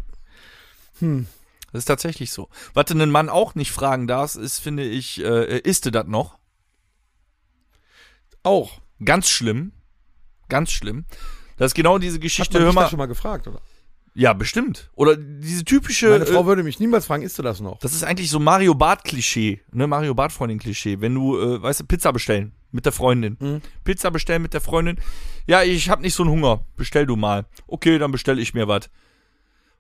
C: Das ist tatsächlich so. Was du einen Mann auch nicht fragen darfst, ist, finde ich, äh, ist du das noch?
B: Auch.
C: Ganz schlimm. Ganz schlimm. Das ist genau diese
B: Hast
C: Geschichte,
B: du
C: hör
B: mich
C: mal.
B: das schon mal gefragt, oder?
C: Ja, bestimmt. Oder diese typische.
B: Meine
C: äh,
B: Frau würde mich niemals fragen, isst du das noch?
C: Das ist eigentlich so Mario Bart-Klischee, ne? Mario Bart-Freundin-Klischee. Wenn du, äh, weißt du, Pizza bestellen mit der Freundin.
B: Mhm.
C: Pizza bestellen mit der Freundin. Ja, ich hab nicht so einen Hunger. Bestell du mal. Okay, dann bestell ich mir was.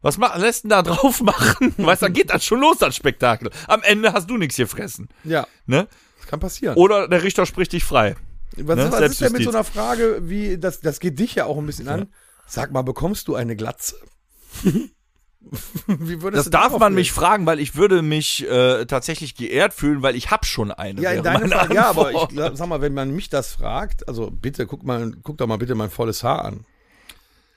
C: Was ma- lässt denn da drauf machen? Weißt du, dann geht das schon los, das Spektakel. Am Ende hast du nichts gefressen.
B: Ja,
C: Ne?
B: das kann passieren.
C: Oder der Richter spricht dich frei.
B: Was,
C: Ne?
B: ist, was ist denn mit
C: Selbstjustiz.
B: so einer Frage wie, das, das geht dich ja auch ein bisschen an. Sag mal, bekommst du eine Glatze? wie würdest
C: Das
B: du
C: darf
B: darauf
C: man
B: reagieren?
C: mich fragen, weil ich würde mich äh, tatsächlich geehrt fühlen, weil ich hab schon eine.
B: Ja, in
C: wäre
B: deinem
C: meine
B: Fall, ja, aber ich
C: Antwort.
B: glaub, sag mal, wenn man mich das fragt, also bitte, guck mal, guck doch mal bitte mein volles Haar an.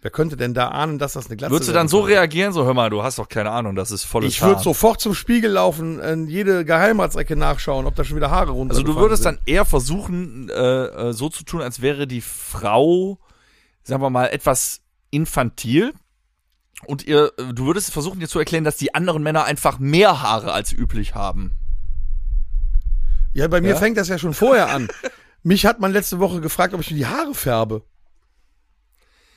B: Wer könnte denn da ahnen, dass das eine Glatze
C: Würdest du dann
B: werden
C: so
B: kann?
C: reagieren, so hör mal, du hast doch keine Ahnung, das ist volles
B: Ich
C: Haar.
B: würde sofort zum Spiegel laufen, in jede Geheimratsecke nachschauen, ob da schon wieder Haare runter
C: Also du würdest dann
B: ne?
C: eher versuchen, äh, äh, so zu tun, als wäre die Frau, sagen wir mal, etwas infantil. Und ihr, äh, du würdest versuchen, dir zu erklären, dass die anderen Männer einfach mehr Haare als üblich haben.
B: Ja, bei mir
C: Ja?
B: fängt das ja schon vorher an. Mich hat man letzte Woche gefragt, ob ich mir die Haare färbe.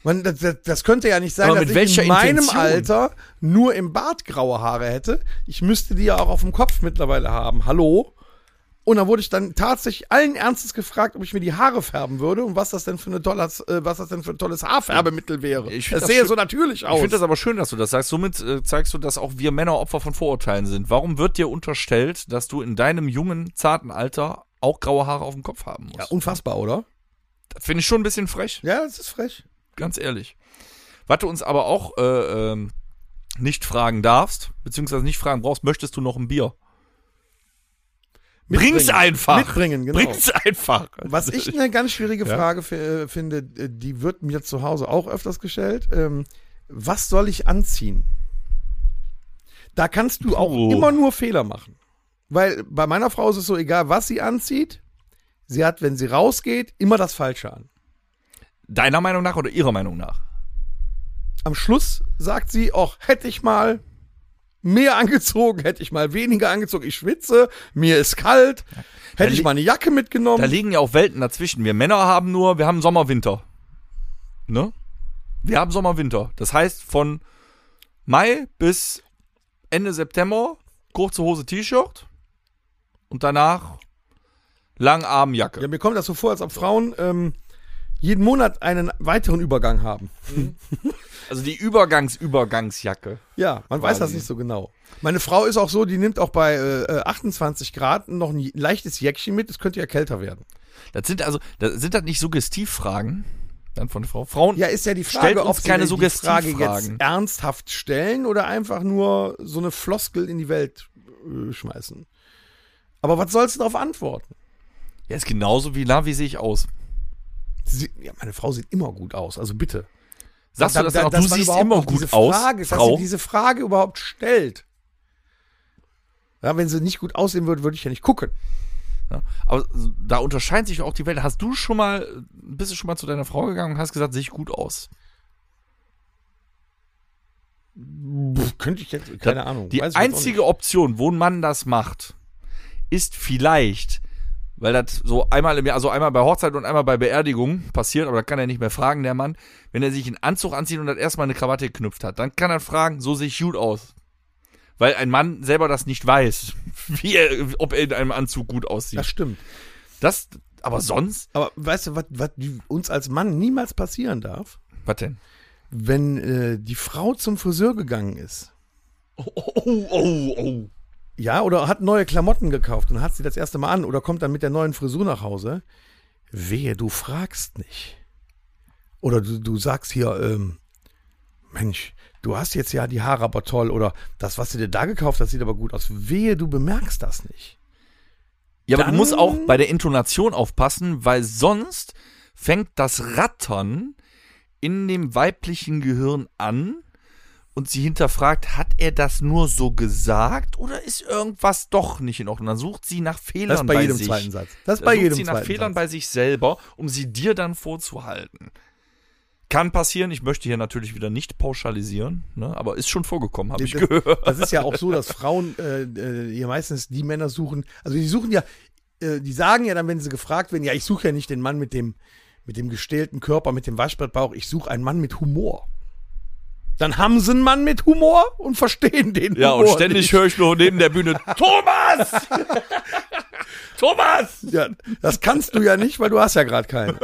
B: Man, das, das, das könnte ja nicht sein,
C: Aber
B: dass
C: mit
B: ich
C: welcher
B: in meinem
C: Intention?
B: Alter nur im Bart graue Haare hätte. Ich müsste die ja auch auf dem Kopf mittlerweile haben. Hallo? Und dann wurde ich dann tatsächlich allen Ernstes gefragt, ob ich mir die Haare färben würde und was das denn für, eine tolles, äh, was das denn für ein tolles Haarfärbemittel wäre.
C: Ich find
B: das
C: das
B: sehe
C: schli-
B: so natürlich
C: Ich
B: aus.
C: finde das aber schön, dass du das sagst. Somit äh, zeigst du, dass auch wir Männer Opfer von Vorurteilen sind. Warum wird dir unterstellt, dass du in deinem jungen, zarten Alter auch graue Haare auf dem Kopf haben musst?
B: ja, unfassbar, oder?
C: Das finde ich schon ein bisschen frech.
B: Ja, das ist frech.
C: ganz ehrlich. Was du uns aber auch äh, ähm, nicht fragen darfst, beziehungsweise nicht fragen brauchst, möchtest du noch ein Bier? Bring's einfach.
B: Mitbringen, genau.
C: Bring's einfach.
B: Was ich eine ganz schwierige Frage fi- äh, finde, äh, die wird mir zu Hause auch öfters gestellt. Ähm, was soll ich anziehen? Da kannst du auch
C: Puh.
B: immer nur Fehler machen. Weil bei meiner Frau ist es so, egal was sie anzieht, sie hat, wenn sie rausgeht, immer das Falsche an.
C: Deiner Meinung nach oder ihrer Meinung nach?
B: Am Schluss sagt sie, auch hätte ich mal mehr angezogen, hätte ich mal weniger angezogen, ich schwitze, mir ist kalt, hätte ich
C: li-
B: mal eine Jacke
C: Da
B: mitgenommen.
C: liegen ja auch Welten dazwischen. Wir Männer haben nur, wir haben Sommer, Winter. Ne? Wir haben Sommer, Winter. Das heißt, von Mai bis Ende September kurze Hose, T-Shirt und danach Langarmjacke.
B: Ja, mir kommt das so vor, als ob Frauen ähm, jeden Monat einen weiteren Übergang haben.
C: Also die Übergangs-Übergangsjacke.
B: Ja, man weiß das nicht so genau. Meine Frau ist auch so, die nimmt auch bei äh, 28 Grad noch ein leichtes Jäckchen mit, es könnte ja kälter werden.
C: Das sind also, das sind das nicht Suggestivfragen? Dann von Frau. Frauen.
B: Ja, ist ja die
C: Stellt
B: Frage,
C: uns
B: ob sie
C: keine
B: die Frage jetzt
C: Suggestivfragen.
B: ernsthaft stellen oder einfach nur so eine Floskel in die Welt äh, schmeißen. Aber was sollst du darauf antworten?
C: ja ist genauso wie, na, wie sehe ich aus?
B: Sie, ja, meine Frau sieht immer gut aus, also bitte.
C: Sagst du das dann auch?
B: dass
C: Du
B: man
C: siehst
B: überhaupt
C: immer
B: noch
C: gut
B: diese
C: aus,
B: Frage, Dass
C: Frau.
B: sie diese Frage überhaupt stellt. Ja, wenn sie nicht gut aussehen würde, würde ich ja nicht gucken.
C: Ja, aber da unterscheiden sich auch die Welt. Hast du schon mal, bist du schon mal zu deiner Frau gegangen und hast gesagt, sehe ich gut aus?
B: Pff, könnte ich jetzt, keine
C: Da-
B: Ahnung.
C: Die
B: weiß ich jetzt auch
C: einzige Option, wo ein Mann das macht, ist vielleicht, weil das so einmal im Jahr, also einmal bei Hochzeit und einmal bei Beerdigung passiert, aber da kann er nicht mehr fragen, der Mann, wenn er sich einen Anzug anzieht und hat erstmal eine Krawatte geknüpft hat, dann kann er fragen, so sehe ich gut aus. Weil ein Mann selber das nicht weiß, wie er, ob er in einem Anzug gut
B: nicht. Das
C: aussieht.
B: stimmt.
C: Das, aber sonst,
B: Aber weißt du, was, was die- uns als Mann niemals passieren darf?
C: was denn?
B: Wenn äh, die Frau zum Friseur gegangen ist,
C: Oh, oh, oh, oh.
B: ja, oder hat neue Klamotten gekauft und hat sie das erste Mal an oder kommt dann mit der neuen Frisur nach Hause, wehe, du fragst nicht. Oder du, du sagst hier, ähm, Mensch, du hast jetzt ja die Haare aber toll oder das, was du dir da gekauft hast, sieht aber gut aus. Wehe, du bemerkst das nicht.
C: Ja, aber
B: Dann-
C: du musst auch bei der Intonation aufpassen, weil sonst fängt das Rattern in dem weiblichen Gehirn an und sie hinterfragt, hat er das nur so gesagt oder ist irgendwas doch nicht in Ordnung? Dann sucht sie nach Fehlern
B: Das ist bei, jedem
C: sich.
B: zweiten Satz. Das ist
C: Dann
B: bei
C: sucht
B: jedem
C: sie nach
B: zweiten
C: Fehlern
B: Satz.
C: bei sich selber, um sie dir dann vorzuhalten. Kann passieren, ich möchte hier natürlich wieder nicht pauschalisieren, ne? aber ist schon vorgekommen, habe ich
B: das,
C: gehört.
B: Das ist ja auch so, dass Frauen äh, äh, hier meistens die Männer suchen. Also die suchen ja, äh, die sagen ja dann, wenn sie gefragt werden, ja, ich suche ja nicht den Mann mit dem, mit dem gestählten Körper, mit dem Waschbrettbauch, ich suche einen Mann mit Humor. Dann haben sie einen Mann mit Humor und verstehen den
C: Ja,
B: Humor.
C: und ständig höre ich nur neben der Bühne, Thomas! Thomas!
B: nicht. Ja, das kannst du ja nicht, weil du hast ja gerade keinen.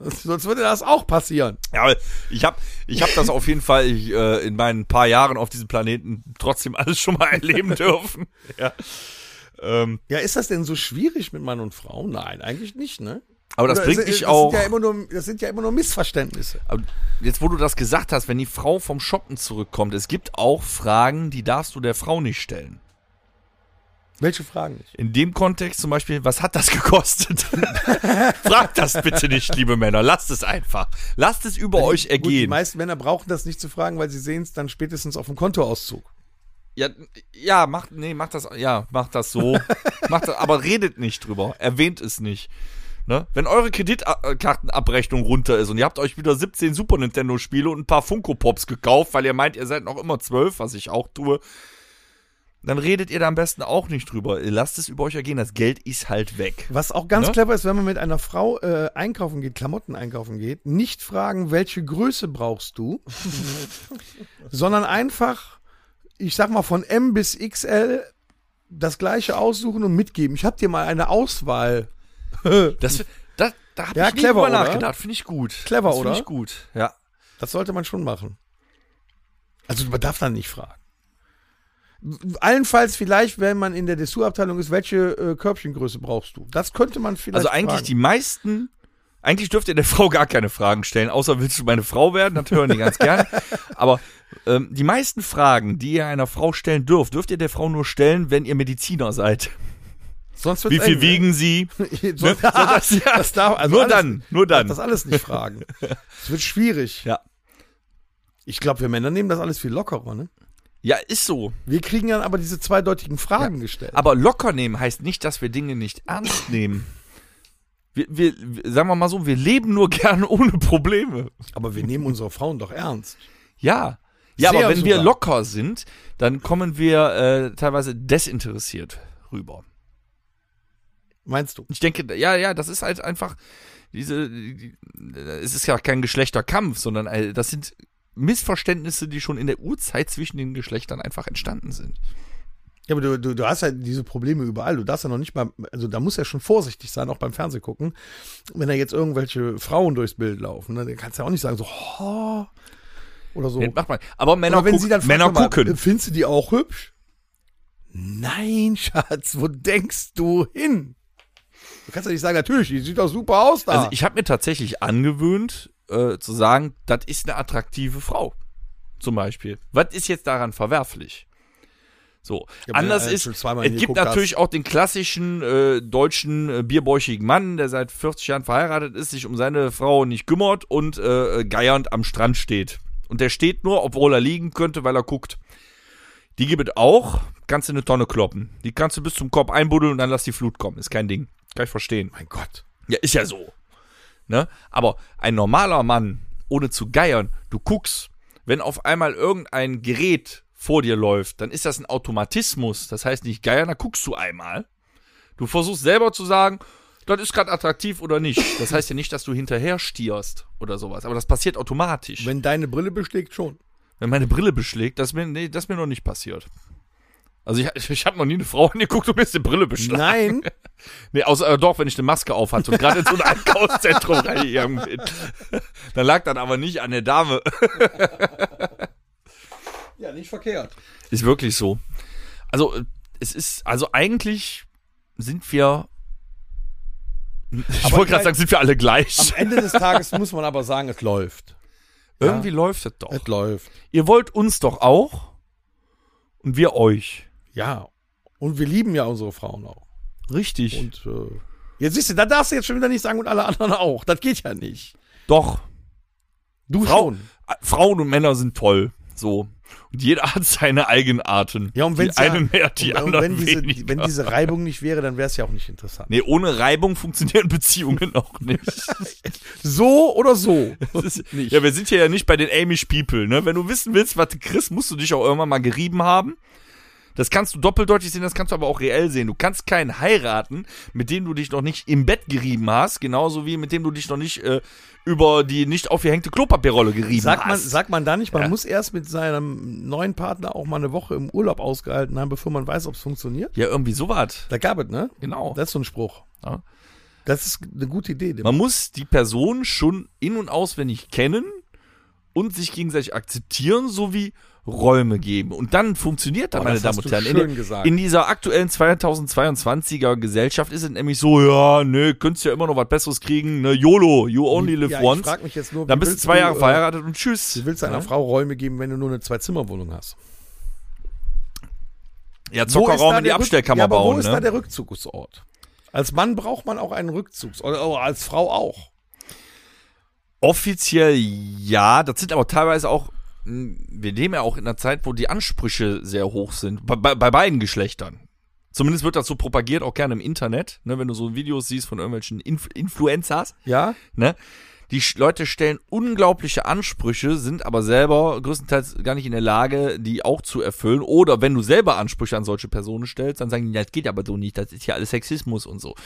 B: Sonst würde das auch passieren.
C: Ja, aber ich habe ich hab das auf jeden Fall ich, äh, in meinen paar Jahren auf diesem Planeten trotzdem alles schon mal erleben dürfen. Ja. Ähm,
B: Ja, ist das denn so schwierig mit Mann und Frau? Nein, eigentlich nicht, ne?
C: aber das
B: Oder
C: bringt
B: ist-
C: mich
B: das
C: auch.
B: Sind ja immer nur, das sind ja immer nur Missverständnisse.
C: Aber Jetzt, wo du das gesagt hast, wenn die Frau vom Shoppen zurückkommt, es gibt auch Fragen, die darfst du der Frau nicht stellen.
B: Welche Fragen nicht?
C: In dem Kontext zum Beispiel, was hat das gekostet? Fragt das bitte nicht, liebe Männer. Lasst es einfach. Lasst es über euch
B: Gut, die
C: ergehen.
B: meisten Männer brauchen das nicht zu fragen, weil sie sehen es dann spätestens auf dem Kontoauszug.
C: Ja, ja, macht, nee, macht das, ja, macht das so. macht das, aber redet nicht drüber. Erwähnt es nicht. Ne? Wenn eure Kreditkartenabrechnung runter ist und ihr habt euch wieder 17 Super Nintendo-Spiele und ein paar Funko Pops gekauft, weil ihr meint, ihr seid noch immer 12, was ich auch tue, dann redet ihr da am besten auch nicht drüber. Ihr lasst es über euch ergehen. Das Geld ist halt weg.
B: Was auch ganz
C: Ne?
B: clever ist, wenn man mit einer Frau äh, einkaufen geht, Klamotten einkaufen geht, nicht fragen, welche Größe brauchst du, sondern einfach, ich sag mal, von M bis XL das gleiche aussuchen und mitgeben. Ich habe dir mal eine Auswahl.
C: Das, da, da hab
B: Ja,
C: ich nie
B: clever,
C: drüber
B: oder?
C: nachgedacht. Finde ich gut.
B: Clever,
C: das
B: oder?
C: Finde ich gut. Ja.
B: Das sollte man schon machen. Also man darf dann nicht fragen. Allenfalls vielleicht, wenn man in der Dessous-Abteilung ist, welche äh, Körbchengröße brauchst du? Das könnte man vielleicht
C: Also eigentlich
B: fragen.
C: die meisten, eigentlich dürft ihr der Frau gar keine Fragen stellen, außer willst du meine Frau werden, das hören die ganz gerne. Aber ähm, die meisten Fragen, die ihr einer Frau stellen dürft, dürft ihr der Frau nur stellen, wenn ihr Mediziner seid.
B: Sonst wird's
C: Wie viel
B: eng, ne?
C: wiegen sie?
B: Sonst- das, das darf, also
C: nur
B: alles,
C: dann, nur dann.
B: Das alles nicht fragen. Es wird schwierig.
C: Ja.
B: Ich glaube, wir Männer nehmen das alles viel lockerer. Ne?
C: Ja, ist so.
B: Wir kriegen dann aber diese zweideutigen Fragen gestellt.
C: Aber locker nehmen heißt nicht, dass wir Dinge nicht ernst nehmen. Wir, wir, wir- sagen wir mal so, wir leben nur gern ohne Probleme.
B: Aber wir nehmen unsere Frauen doch ernst.
C: Ja. Ja,
B: Sehr
C: aber wenn wir
B: sogar.
C: locker sind, dann kommen wir äh, teilweise desinteressiert rüber.
B: Meinst du?
C: Ich denke, ja, ja, das ist halt einfach diese, die, die- es ist ja kein Geschlechterkampf, sondern äh, das sind Missverständnisse, die schon in der Urzeit zwischen den Geschlechtern einfach entstanden sind.
B: Ja, aber du, du, du hast ja diese Probleme überall. Du darfst ja noch nicht mal, also da muss ja schon vorsichtig sein, auch beim Fernsehgucken. Wenn da jetzt irgendwelche Frauen durchs Bild laufen, ne, dann kannst du ja auch nicht sagen so, oh, oder so.
C: Das Macht man. Aber Männer, guck,
B: fragt,
C: Männer
B: sag mal,
C: gucken.
B: Findest du die auch hübsch? Nein, Schatz, wo denkst du hin? Du kannst ja nicht sagen, natürlich, die sieht doch super aus da.
C: Also ich habe mir tatsächlich angewöhnt, äh, zu sagen, das ist eine attraktive Frau. Zum Beispiel. Was ist jetzt daran verwerflich? So,
B: Ja, aber
C: anders
B: wenn du
C: ist,
B: äh, schon
C: es
B: zweimal
C: gibt
B: hingeguckt
C: natürlich auch den klassischen äh, deutschen äh, bierbäuchigen Mann, der seit 40 Jahren verheiratet ist, sich um seine Frau nicht kümmert und äh, geiernd am Strand steht. Und der steht nur, obwohl er liegen könnte, weil er guckt. Die gibt es auch, kannst du eine Tonne kloppen. Die kannst du bis zum Korb einbuddeln und dann lass die Flut kommen. Ist kein Ding. Kann ich verstehen.
B: mein Gott.
C: Ja, ist ja so. Ne? Aber ein normaler Mann, ohne zu geiern, du guckst, wenn auf einmal irgendein Gerät vor dir läuft, dann ist das ein Automatismus. Das heißt nicht geiern, da guckst du einmal. Du versuchst selber zu sagen, das ist gerade attraktiv oder nicht. Das heißt ja nicht, dass du hinterher stierst oder sowas. Aber das passiert automatisch. Wenn,
B: Wenn deine Brille beschlägt, schon.
C: meine Brille beschlägt, das ist mir, nee, das ist mir noch nicht passiert. Also ich, ich habe noch nie eine Frau angeguckt und mir ist die Brille beschlagen.
B: Nein,
C: Nee, außer äh, doch, wenn ich eine Maske auf hatte und gerade in so ein Einkaufszentrum reingegangen bin. Dann lag dann aber nicht an der Dame.
B: ja, nicht verkehrt.
C: Ist wirklich so. Also, äh, es ist, also eigentlich sind wir. Ich
B: Aber
C: wollte gerade
B: gleich-
C: sagen, sind wir alle gleich.
B: Am Ende des Tages muss man aber sagen, es läuft.
C: Irgendwie läuft es doch.
B: Es läuft.
C: Ihr wollt uns doch auch und wir euch.
B: Ja. Und wir lieben ja unsere Frauen auch.
C: Richtig.
B: Und äh, jetzt siehst du, da darfst du jetzt schon wieder nicht sagen und alle anderen auch. Das geht ja nicht.
C: doch.
B: Du
C: Frau,
B: schon.
C: äh, Frauen und Männer sind toll. So. Und jeder hat seine Eigenarten.
B: Ja, und wenn's
C: die einen mehr, die
B: und, und wenn,
C: anderen
B: diese,
C: weniger.
B: wenn diese Reibung nicht wäre, dann wäre es ja auch nicht interessant.
C: Nee, ohne Reibung funktionieren Beziehungen auch nicht.
B: So oder so.
C: Das ist, ja, wir sind hier ja nicht bei den Amish People, ne? Wenn du wissen willst, was du kriegst, musst du dich auch irgendwann mal gerieben haben. Das kannst du doppeldeutig sehen, das kannst du aber auch reell sehen. Du kannst keinen heiraten, mit dem du dich noch nicht im Bett gerieben hast, genauso wie mit dem du dich noch nicht äh, über die nicht aufgehängte Klopapierrolle gerieben
B: Sagt man,
C: hast.
B: sagt man da nicht, man muss erst mit seinem neuen Partner auch mal eine Woche im Urlaub ausgehalten haben, bevor man weiß, ob es funktioniert?
C: ja, irgendwie sowas.
B: Da gab es, ne?
C: Genau.
B: Das ist so ein Spruch.
C: Ja.
B: Das ist eine gute Idee. den-
C: Man muss die Person schon in- und auswendig kennen und sich gegenseitig akzeptieren sowie Räume geben. Und dann funktioniert das,
B: Boah,
C: meine
B: das
C: Damen
B: hast
C: und
B: du
C: Herren.
B: schön
C: in,
B: gesagt.
C: in dieser aktuellen 2022er Gesellschaft ist es nämlich so, ja, nö, könntest ja immer noch was Besseres kriegen, ne, YOLO, you only live
B: ja, Ich
C: once.
B: frag mich jetzt nur,
C: Dann
B: wie
C: bist du
B: willst
C: zwei Jahre
B: äh,
C: verheiratet und tschüss.
B: Wie willst du einer Frau Räume geben, wenn du nur eine Zwei-Zimmer-Wohnung hast?
C: Ja,
B: Wo ist
C: Zockerraum
B: da
C: in die
B: der Rück-
C: Abstellkammer
B: ja, aber
C: bauen,
B: Wo ist da
C: ne?
B: der Rückzugsort? Als Mann braucht man auch einen Rückzugsort, oder als Frau auch.
C: Offiziell ja, das sind aber teilweise auch, mh, wir leben ja auch in einer Zeit, wo die Ansprüche sehr hoch sind, bei, bei, bei beiden Geschlechtern. Zumindest wird das so propagiert, auch gerne im Internet, ne, wenn du so Videos siehst von irgendwelchen Inf Influencers,
B: Ja?
C: ne? Die Sch- Leute stellen unglaubliche Ansprüche, sind aber selber größtenteils gar nicht in der Lage, die auch zu erfüllen. Oder wenn du selber Ansprüche an solche Personen stellst, dann sagen die, das geht aber so nicht, das ist ja alles Sexismus und so.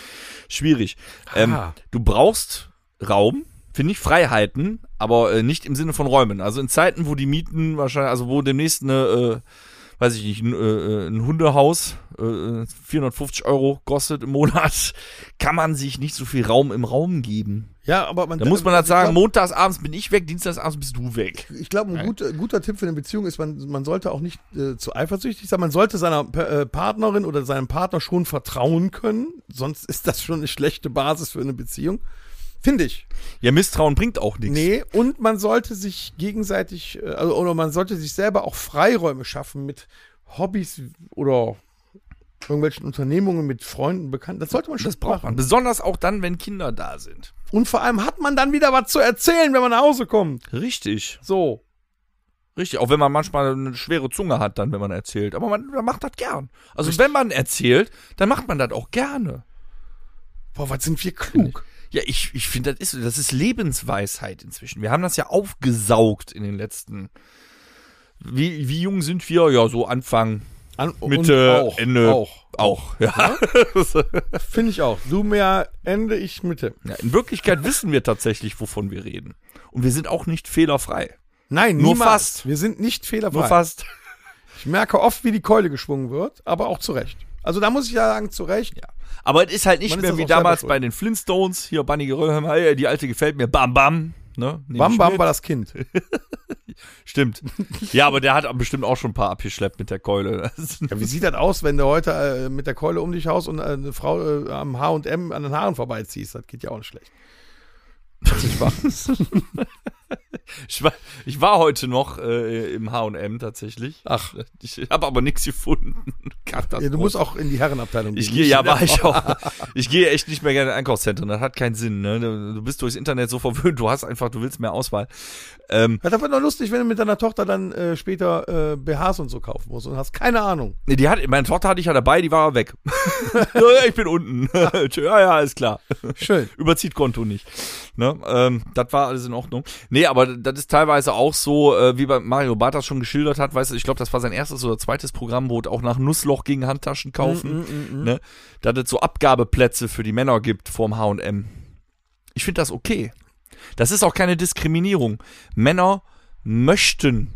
C: Schwierig. Ähm,
B: Ah.
C: du brauchst Raum, finde ich, Freiheiten, aber äh, nicht im Sinne von Räumen. Also in Zeiten, wo die Mieten wahrscheinlich, also wo demnächst eine, äh, weiß ich nicht, ein, äh, ein Hundehaus äh, 450 Euro kostet im Monat, kann man sich nicht so viel Raum im Raum geben.
B: Ja, aber man, äh,
C: Da muss man halt
B: ich
C: sagen,
B: glaub-
C: montagsabends bin ich weg, dienstagsabends bist du weg.
B: ich glaube, ein guter, guter Tipp für eine Beziehung ist, man, man sollte auch nicht äh, zu eifersüchtig sein. Man sollte seiner P- äh, Partnerin oder seinem Partner schon vertrauen können. Sonst ist das schon eine schlechte Basis für eine Beziehung. Finde ich.
C: Ja, Misstrauen bringt auch nichts.
B: Nee, und man sollte sich gegenseitig, äh, also, oder man sollte sich selber auch Freiräume schaffen mit Hobbys oder irgendwelchen Unternehmungen mit Freunden, Bekannten. Das sollte man schon
C: Das braucht man. Besonders auch dann, wenn Kinder da sind.
B: Und vor allem hat man dann wieder was zu erzählen, wenn man nach Hause kommt.
C: Richtig.
B: So.
C: Richtig, auch wenn man manchmal eine schwere Zunge hat, dann, wenn man erzählt. Aber man, man macht das gern. Also, wenn man erzählt, dann macht man das auch gerne.
B: Boah, was sind wir klug.
C: Ja, ich, ich finde, das ist, das ist Lebensweisheit inzwischen. Wir haben das ja aufgesaugt in den letzten. Wie, wie jung sind wir? Ja, so Anfang,
B: An- und
C: Mitte,
B: auch,
C: Ende.
B: Auch.
C: Auch, ja.
B: Finde ich auch. Du mehr Ende, ich Mitte.
C: ja. In Wirklichkeit wissen wir tatsächlich, wovon wir reden. Und wir sind auch nicht fehlerfrei.
B: Nein,
C: Nur
B: niemals.
C: fast.
B: Wir sind nicht fehlerfrei.
C: Nur fast.
B: Ich merke oft, wie die Keule geschwungen wird, aber auch zu Recht. Also da muss ich ja sagen, zu Recht.
C: Ja. Aber es ist halt nicht
B: Man ist
C: mehr
B: das
C: wie
B: auch selber
C: damals
B: schuld.
C: bei den Flintstones. Hier, Bunny Geröllheim, hey, die alte gefällt mir. Bam, bam. Ne? Nehm
B: Bam
C: ich
B: Bam
C: mit.
B: war das Kind.
C: Stimmt. ja, aber der hat bestimmt auch schon ein paar abgeschleppt mit der Keule.
B: Ja, wie sieht das aus, wenn du heute äh, mit der Keule um dich haust und äh, eine Frau äh, am H&M an den Haaren vorbeiziehst? Das geht ja auch nicht schlecht. Das ist wahr.
C: Ich war, ich war heute noch äh, im H&M tatsächlich.
B: Ach.
C: Ich habe aber nichts gefunden.
B: Ja, Äh, du musst auch in die Herrenabteilung
C: Ich
B: gehen.
C: gehe,
B: Nicht
C: ja,
B: in der
C: war ich auch. Ich gehe echt nicht mehr gerne in Einkaufszentren. Das hat keinen Sinn. Ne? Du du bist durchs Internet so verwöhnt. Du hast einfach, du willst mehr Auswahl. Ähm,
B: Ja, das wird noch lustig, wenn du mit deiner Tochter dann äh, später äh, BHs und so kaufen musst und hast keine Ahnung.
C: nee, die hat, meine Tochter hatte ich ja dabei. Die war weg. ja, ich bin unten. Tschö, ja, ja, ist klar.
B: Schön.
C: überzieht Konto nicht. Ne? Ähm, das war alles in Ordnung. Nee, aber das ist teilweise auch so, äh, wie bei Mario Barth das schon geschildert hat, weißt du, ich glaube, das war sein erstes oder zweites Programm, wo es auch nach Nussloch gegen Handtaschen
B: Mm,
C: kaufen, ne? dass es so Abgabeplätze für die Männer gibt vorm H&M. Ich finde das okay. Das ist auch keine Diskriminierung. Männer möchten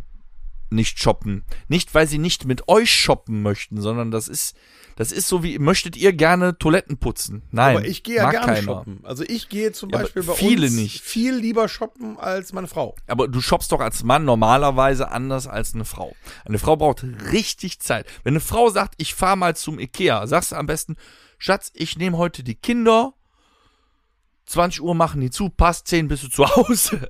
C: nicht shoppen. Nicht, weil sie nicht mit euch shoppen möchten, sondern das ist, das ist so wie, möchtet ihr gerne Toiletten putzen? Nein.
B: Aber ich gehe ja
C: mag
B: gerne shoppen. Also ich gehe zum
C: Ja, aber
B: Beispiel bei
C: viele
B: uns
C: nicht.
B: viel lieber shoppen als meine Frau.
C: Aber du shoppst doch als Mann normalerweise anders als eine Frau. Eine Frau braucht richtig Zeit. Wenn eine Frau sagt, ich fahre mal zum Ikea, sagst du am besten, Schatz, ich nehme heute die Kinder. 20 Uhr machen die zu, passt 10 bist du zu Hause.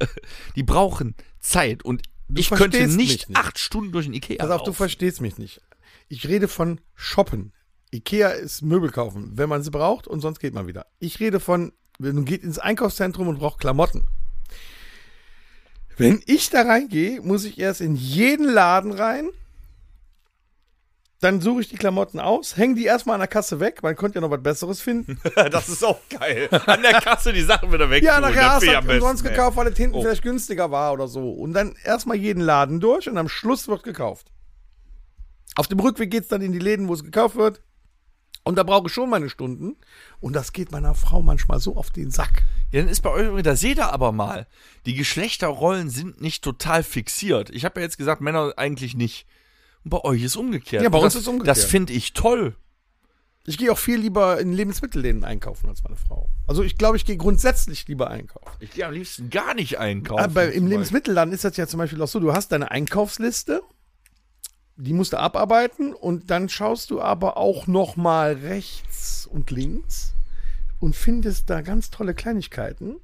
C: Die brauchen Zeit und ich könnte
B: verstehst
C: nicht,
B: mich nicht.
C: acht Stunden durch den Ikea
B: Pass auf, du
C: laufen.
B: verstehst mich nicht. Ich rede von shoppen. Ikea ist Möbel kaufen, wenn man sie braucht und sonst geht man wieder. Ich rede von, man geht ins Einkaufszentrum und braucht Klamotten. Wenn ich da reingehe, muss ich erst in jeden Laden rein. Dann suche ich die Klamotten aus, hänge die erstmal an der Kasse weg. Man könnte ja noch was Besseres finden.
C: das ist auch geil. An der Kasse die Sachen wieder weg.
B: Ja,
C: tun,
B: nachher
C: das
B: hast
C: wär
B: du
C: am
B: halt
C: besten,
B: umsonst
C: ey.
B: gekauft, weil es hinten
C: Oh.
B: vielleicht günstiger war oder so. Und dann erstmal jeden Laden durch und am Schluss wird gekauft. Auf dem Rückweg geht's dann in die Läden, wo es gekauft wird. Und da brauche ich schon meine Stunden. Und das geht meiner Frau manchmal so auf den Sack.
C: Ja, dann ist bei euch, da seht ihr aber mal, die Geschlechterrollen sind nicht total fixiert. Ich habe ja jetzt gesagt, Männer eigentlich nicht. Und bei euch ist umgekehrt.
B: Ja, bei
C: Und
B: uns
C: das,
B: ist umgekehrt.
C: Das finde ich toll.
B: Ich gehe auch viel lieber in Lebensmittelläden einkaufen als meine Frau. Also ich glaube, ich gehe grundsätzlich lieber einkaufen.
C: Ich gehe am liebsten gar nicht einkaufen.
B: Aber im
C: zum
B: Lebensmittelladen ist das ja zum Beispiel auch so, du hast deine Einkaufsliste, die musst du abarbeiten und dann schaust du aber auch noch mal rechts und links und findest da ganz tolle Kleinigkeiten,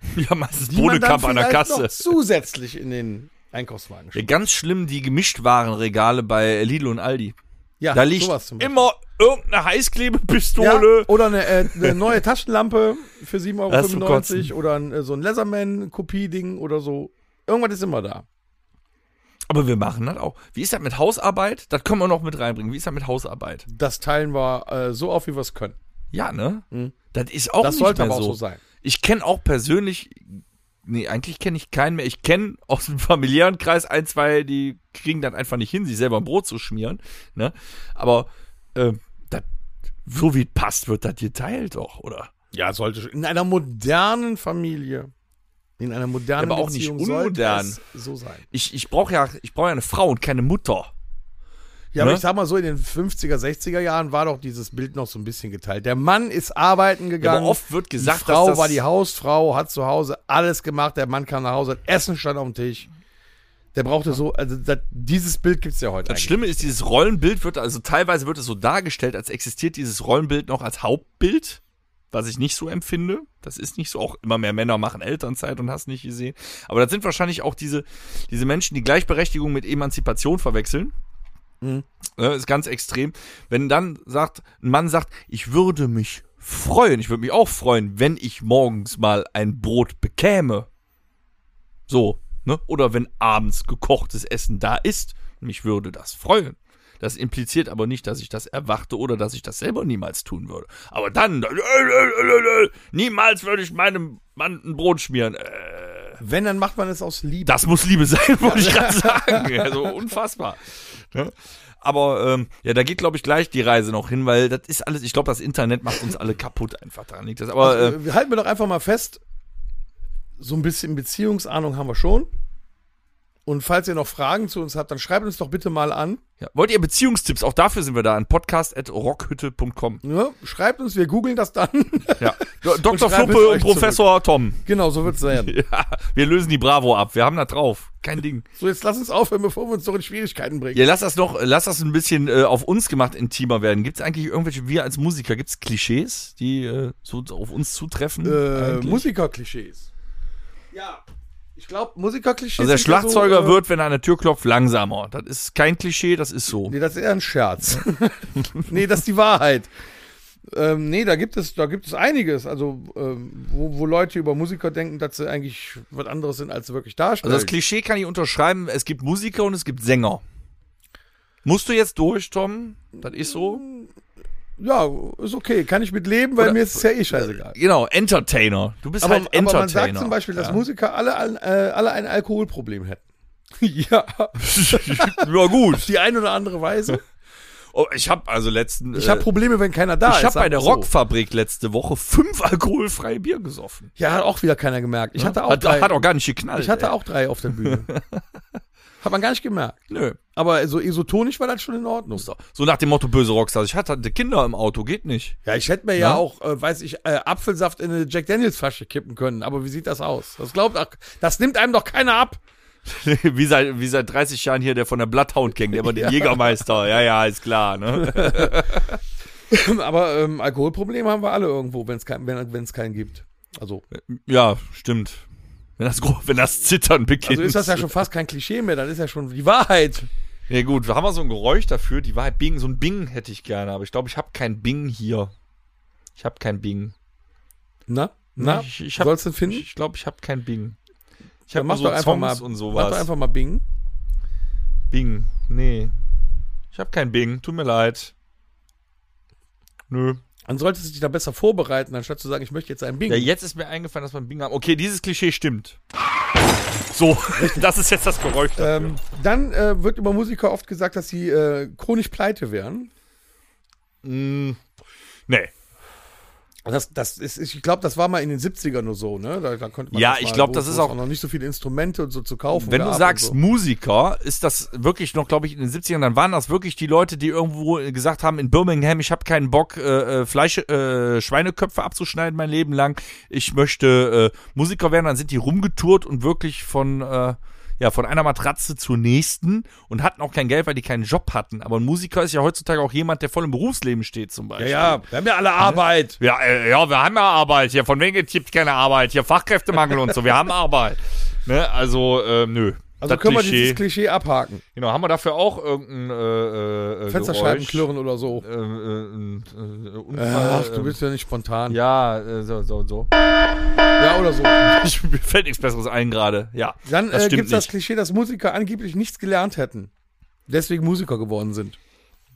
C: Beispiel. Ja, meistens
B: die man dann
C: Bodekamp an der
B: vielleicht
C: Kasse.
B: noch zusätzlich in den Einkaufswagen
C: Ja,
B: schiebt.
C: ganz schlimm die Gemischtwarenregale bei Lidl und Aldi.
B: Ja,
C: da liegt
B: sowas zum Beispiel.
C: immer irgendeine
B: ja,
C: Heißklebepistole.
B: oder eine, äh, eine neue Taschenlampe für
C: Das ist zum
B: 7,95 Euro oder ein, äh, so ein Leatherman-Kopie-Ding oder so. Irgendwas ist immer da.
C: Aber wir machen das auch. Wie ist das mit Hausarbeit? Das können wir noch mit reinbringen. Wie ist das mit Hausarbeit?
B: Das teilen wir äh, so auf, wie wir es können.
C: Ja, ne? Das ist auch
B: Hm. Das
C: nicht
B: sollte
C: mehr
B: aber auch
C: so.
B: so sein.
C: Ich kenne auch persönlich, nee, eigentlich kenne ich keinen mehr. Ich kenne aus dem familiären Kreis ein, zwei, die kriegen dann einfach nicht hin, sich selber ein Brot zu schmieren. Ne? Aber ähm, das, so wie es passt, wird das geteilt doch, oder?
B: Ja, sollte schon. In einer modernen Familie. In einer modernen
C: Ja, aber auch nicht
B: Beziehung sollte
C: unmodern.
B: es so sein.
C: Ich, ich brauche ja, ich brauche ja eine Frau und keine Mutter.
B: Ja,
C: Ne?
B: aber ich sag mal so, in den 50er, 60er Jahren war doch dieses Bild noch so ein bisschen geteilt. Der Mann ist arbeiten gegangen.
C: aber oft wird gesagt,
B: die Frau
C: dass das-
B: war die Hausfrau, hat zu Hause alles gemacht. Der Mann kam nach Hause, hat Essen stand auf dem Tisch. Der brauchte so, also das, dieses Bild gibt's ja heute.
C: Das
B: eigentlich.
C: Schlimme ist, dieses Rollenbild wird, also teilweise wird es so dargestellt, als existiert dieses Rollenbild noch als Hauptbild, was ich nicht so empfinde. Das ist nicht so. Auch immer mehr Männer machen Elternzeit und hast nicht gesehen. Aber das sind wahrscheinlich auch diese, diese Menschen, die Gleichberechtigung mit Emanzipation verwechseln.
B: Mhm.
C: Ne, ist ganz extrem. Wenn dann sagt, ein Mann sagt, ich würde mich freuen, ich würde mich auch freuen, wenn ich morgens mal ein Brot bekäme. So, ne? Oder wenn abends gekochtes Essen da ist, mich würde das freuen. Das impliziert aber nicht, dass ich das erwarte oder dass ich das selber niemals tun würde. Aber dann, niemals würde ich meinem Mann ein Brot schmieren. Äh,
B: Wenn, dann macht man es aus Liebe.
C: das muss Liebe sein, wollte ich gerade sagen. Also unfassbar. Ne? Aber ähm, ja, da geht, glaube ich, gleich die Reise noch hin, weil das ist alles, ich glaube, das Internet macht uns alle kaputt einfach daran liegt. Das, aber äh,
B: Äh, halten wir doch einfach mal fest, so ein bisschen Beziehungsahnung haben wir schon. Und falls ihr noch Fragen zu uns habt, dann schreibt uns doch bitte mal an.
C: ja. wollt ihr Beziehungstipps? Auch dafür sind wir da an podcast.rockhütte.com.
B: Ne? Schreibt uns, wir googeln das dann.
C: Ja. Do- Dr.
B: schreibt
C: Fluppe
B: es
C: und
B: euch
C: Professor Tom.
B: genau, so wird's sein.
C: Ja, wir lösen die Bravo ab. Wir haben da drauf. Kein Ding.
B: So, jetzt lass uns aufhören, bevor wir uns noch in Schwierigkeiten bringen.
C: Ja, lass das noch, lass das ein bisschen äh, auf uns gemacht intimer werden. Gibt es eigentlich irgendwelche, wir als Musiker, gibt es Klischees, die äh, so auf uns zutreffen?
B: äh,
C: eigentlich?
B: Musikerklischees. Ja. Ich glaube, Musikerklischees.
C: Also der
B: sind ja so,
C: Schlagzeuger
B: äh,
C: wird, wenn er an der Tür klopft, langsamer. Das ist kein Klischee, das ist so.
B: Nee, das ist eher ein Scherz. nee, das ist die Wahrheit. Ähm, nee, da gibt es, da gibt es einiges. Also, ähm, wo, wo Leute über Musiker denken, dass sie eigentlich was anderes sind, als sie wirklich darstellen.
C: Also das Klischee kann ich unterschreiben, es gibt Musiker und es gibt Sänger. Musst du jetzt durch, Tom? Das ist so.
B: Mm. ja, ist okay. Kann ich mit leben, weil
C: Oder-
B: mir ist es ja eh scheißegal.
C: Genau, Entertainer. Du bist
B: Aber,
C: halt
B: aber
C: Entertainer.
B: man sagt zum Beispiel, dass Musiker alle, ein- äh, alle ein Alkoholproblem hätten. ja.
C: ja gut.
B: Die eine oder andere Weise.
C: Oh, ich habe also letzten
B: Ich habe
C: äh,
B: Probleme, wenn keiner da ist.
C: ich habe bei
B: sagen
C: der
B: wir so.
C: Rockfabrik letzte Woche fünf alkoholfreie Bier gesoffen.
B: Ja, hat auch wieder keiner gemerkt. Ich hatte auch
C: Hat,
B: drei.
C: hat auch gar nicht geknallt.
B: ich hatte
C: ey.
B: auch drei auf der Bühne. hat man gar nicht gemerkt.
C: Nö.
B: Aber so isotonisch war das schon in Ordnung.
C: So nach dem Motto böse Rockstars. Ich hatte Kinder im Auto, geht nicht.
B: Ja, ich hätte mir ja
C: Na?
B: auch, äh, weiß ich, äh, Apfelsaft in eine Jack Daniels Flasche kippen können. Aber wie sieht das aus? Das glaubt, ach, das nimmt einem doch keiner ab.
C: wie, seit, wie seit 30 Jahren hier der von der Bloodhound Gang, der war der Jägermeister. Ja, ja, ist klar. Ne?
B: Aber ähm, Alkoholprobleme haben wir alle irgendwo, wenn's kein, wenn es keinen gibt. Also,
C: ja, stimmt. Wenn das, gro- wenn das Zittern beginnt.
B: also ist das ja schon fast kein Klischee mehr. Dann ist ja schon die Wahrheit.
C: Ja gut, da haben wir so ein Geräusch dafür. Die Wahrheit, Bing, so ein Bing hätte ich gerne, aber ich glaube, ich habe kein Bing hier. Ich habe kein Bing.
B: Na, na,
C: ich, ich hab-
B: sollst du finden?
C: Ich glaube, ich habe kein Bing. Ich
B: Dann
C: habe
B: mach
C: so
B: doch einfach
C: Songs
B: mal
C: und
B: Mach
C: sowas.
B: doch einfach mal Bing.
C: Bing, nee. Ich habe kein Bing, tut mir leid. Nö.
B: Dann solltest du dich da besser vorbereiten, anstatt zu sagen, ich möchte jetzt einen Bing.
C: Ja, jetzt ist mir eingefallen, dass man Bing haben. Okay, dieses Klischee stimmt. So, das ist jetzt das Geräusch. dafür.
B: Ähm, dann äh, wird über Musiker oft gesagt, dass sie äh, chronisch pleite wären.
C: Mm, nee.
B: Das, das ist, ich glaube, das war mal in den 70ern nur so, ne? Da, da konnte man
C: Ja,
B: das
C: ich
B: mal,
C: glaub,
B: wo-
C: das
B: wo
C: ist
B: es
C: auch-
B: noch nicht so viele Instrumente und so zu kaufen.
C: Wenn
B: gab
C: du
B: und
C: sagst
B: so.
C: Musiker, ist das wirklich noch, glaube ich, in den 70ern, dann waren das wirklich die Leute, die irgendwo gesagt haben, in Birmingham, ich habe keinen Bock, äh, äh, Fleisch, äh, Schweineköpfe abzuschneiden mein Leben lang. Ich möchte äh, Musiker werden, dann sind die rumgetourt und wirklich von, äh, ja, von einer Matratze zur nächsten und hatten auch kein Geld, weil die keinen Job hatten. Aber ein Musiker ist ja heutzutage auch jemand, der voll im Berufsleben steht, zum Beispiel. Ne?
B: ja, ja, wir haben ja alle Arbeit.
C: Ja, äh, ja, wir haben ja Arbeit hier. Von wegen gibt keine Arbeit. Hier Fachkräftemangel und so. Wir haben Arbeit. Ne? Also, äh, nö.
B: Also
C: Das
B: können wir
C: Klischee.
B: dieses Klischee abhaken.
C: Genau, haben wir dafür auch irgendein äh, äh, äh,
B: Fensterscheiben
C: Geräusch?
B: klirren oder so.
C: Ähm, äh, äh, äh, Unfall,
B: Ach, du
C: ähm,
B: bist ja nicht spontan.
C: Ja, äh, so, so, so.
B: Ja, oder so.
C: Ich, mir fällt nichts Besseres ein gerade. Ja,
B: Dann
C: das
B: äh,
C: stimmt
B: gibt es das
C: nicht.
B: Klischee, dass Musiker angeblich nichts gelernt hätten. Deswegen Musiker geworden sind.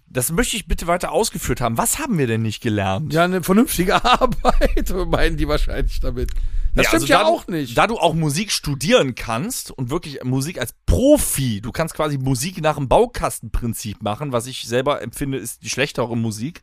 C: Das möchte ich bitte weiter ausgeführt haben. Was haben wir denn nicht gelernt?
B: Ja, eine vernünftige Arbeit, meinen die wahrscheinlich damit. Das
C: Nee,
B: stimmt
C: also
B: ja
C: da du-
B: auch nicht.
C: Da du auch Musik studieren kannst und wirklich Musik als Profi, du kannst quasi Musik nach dem Baukastenprinzip machen, was ich selber empfinde, ist die schlechtere Musik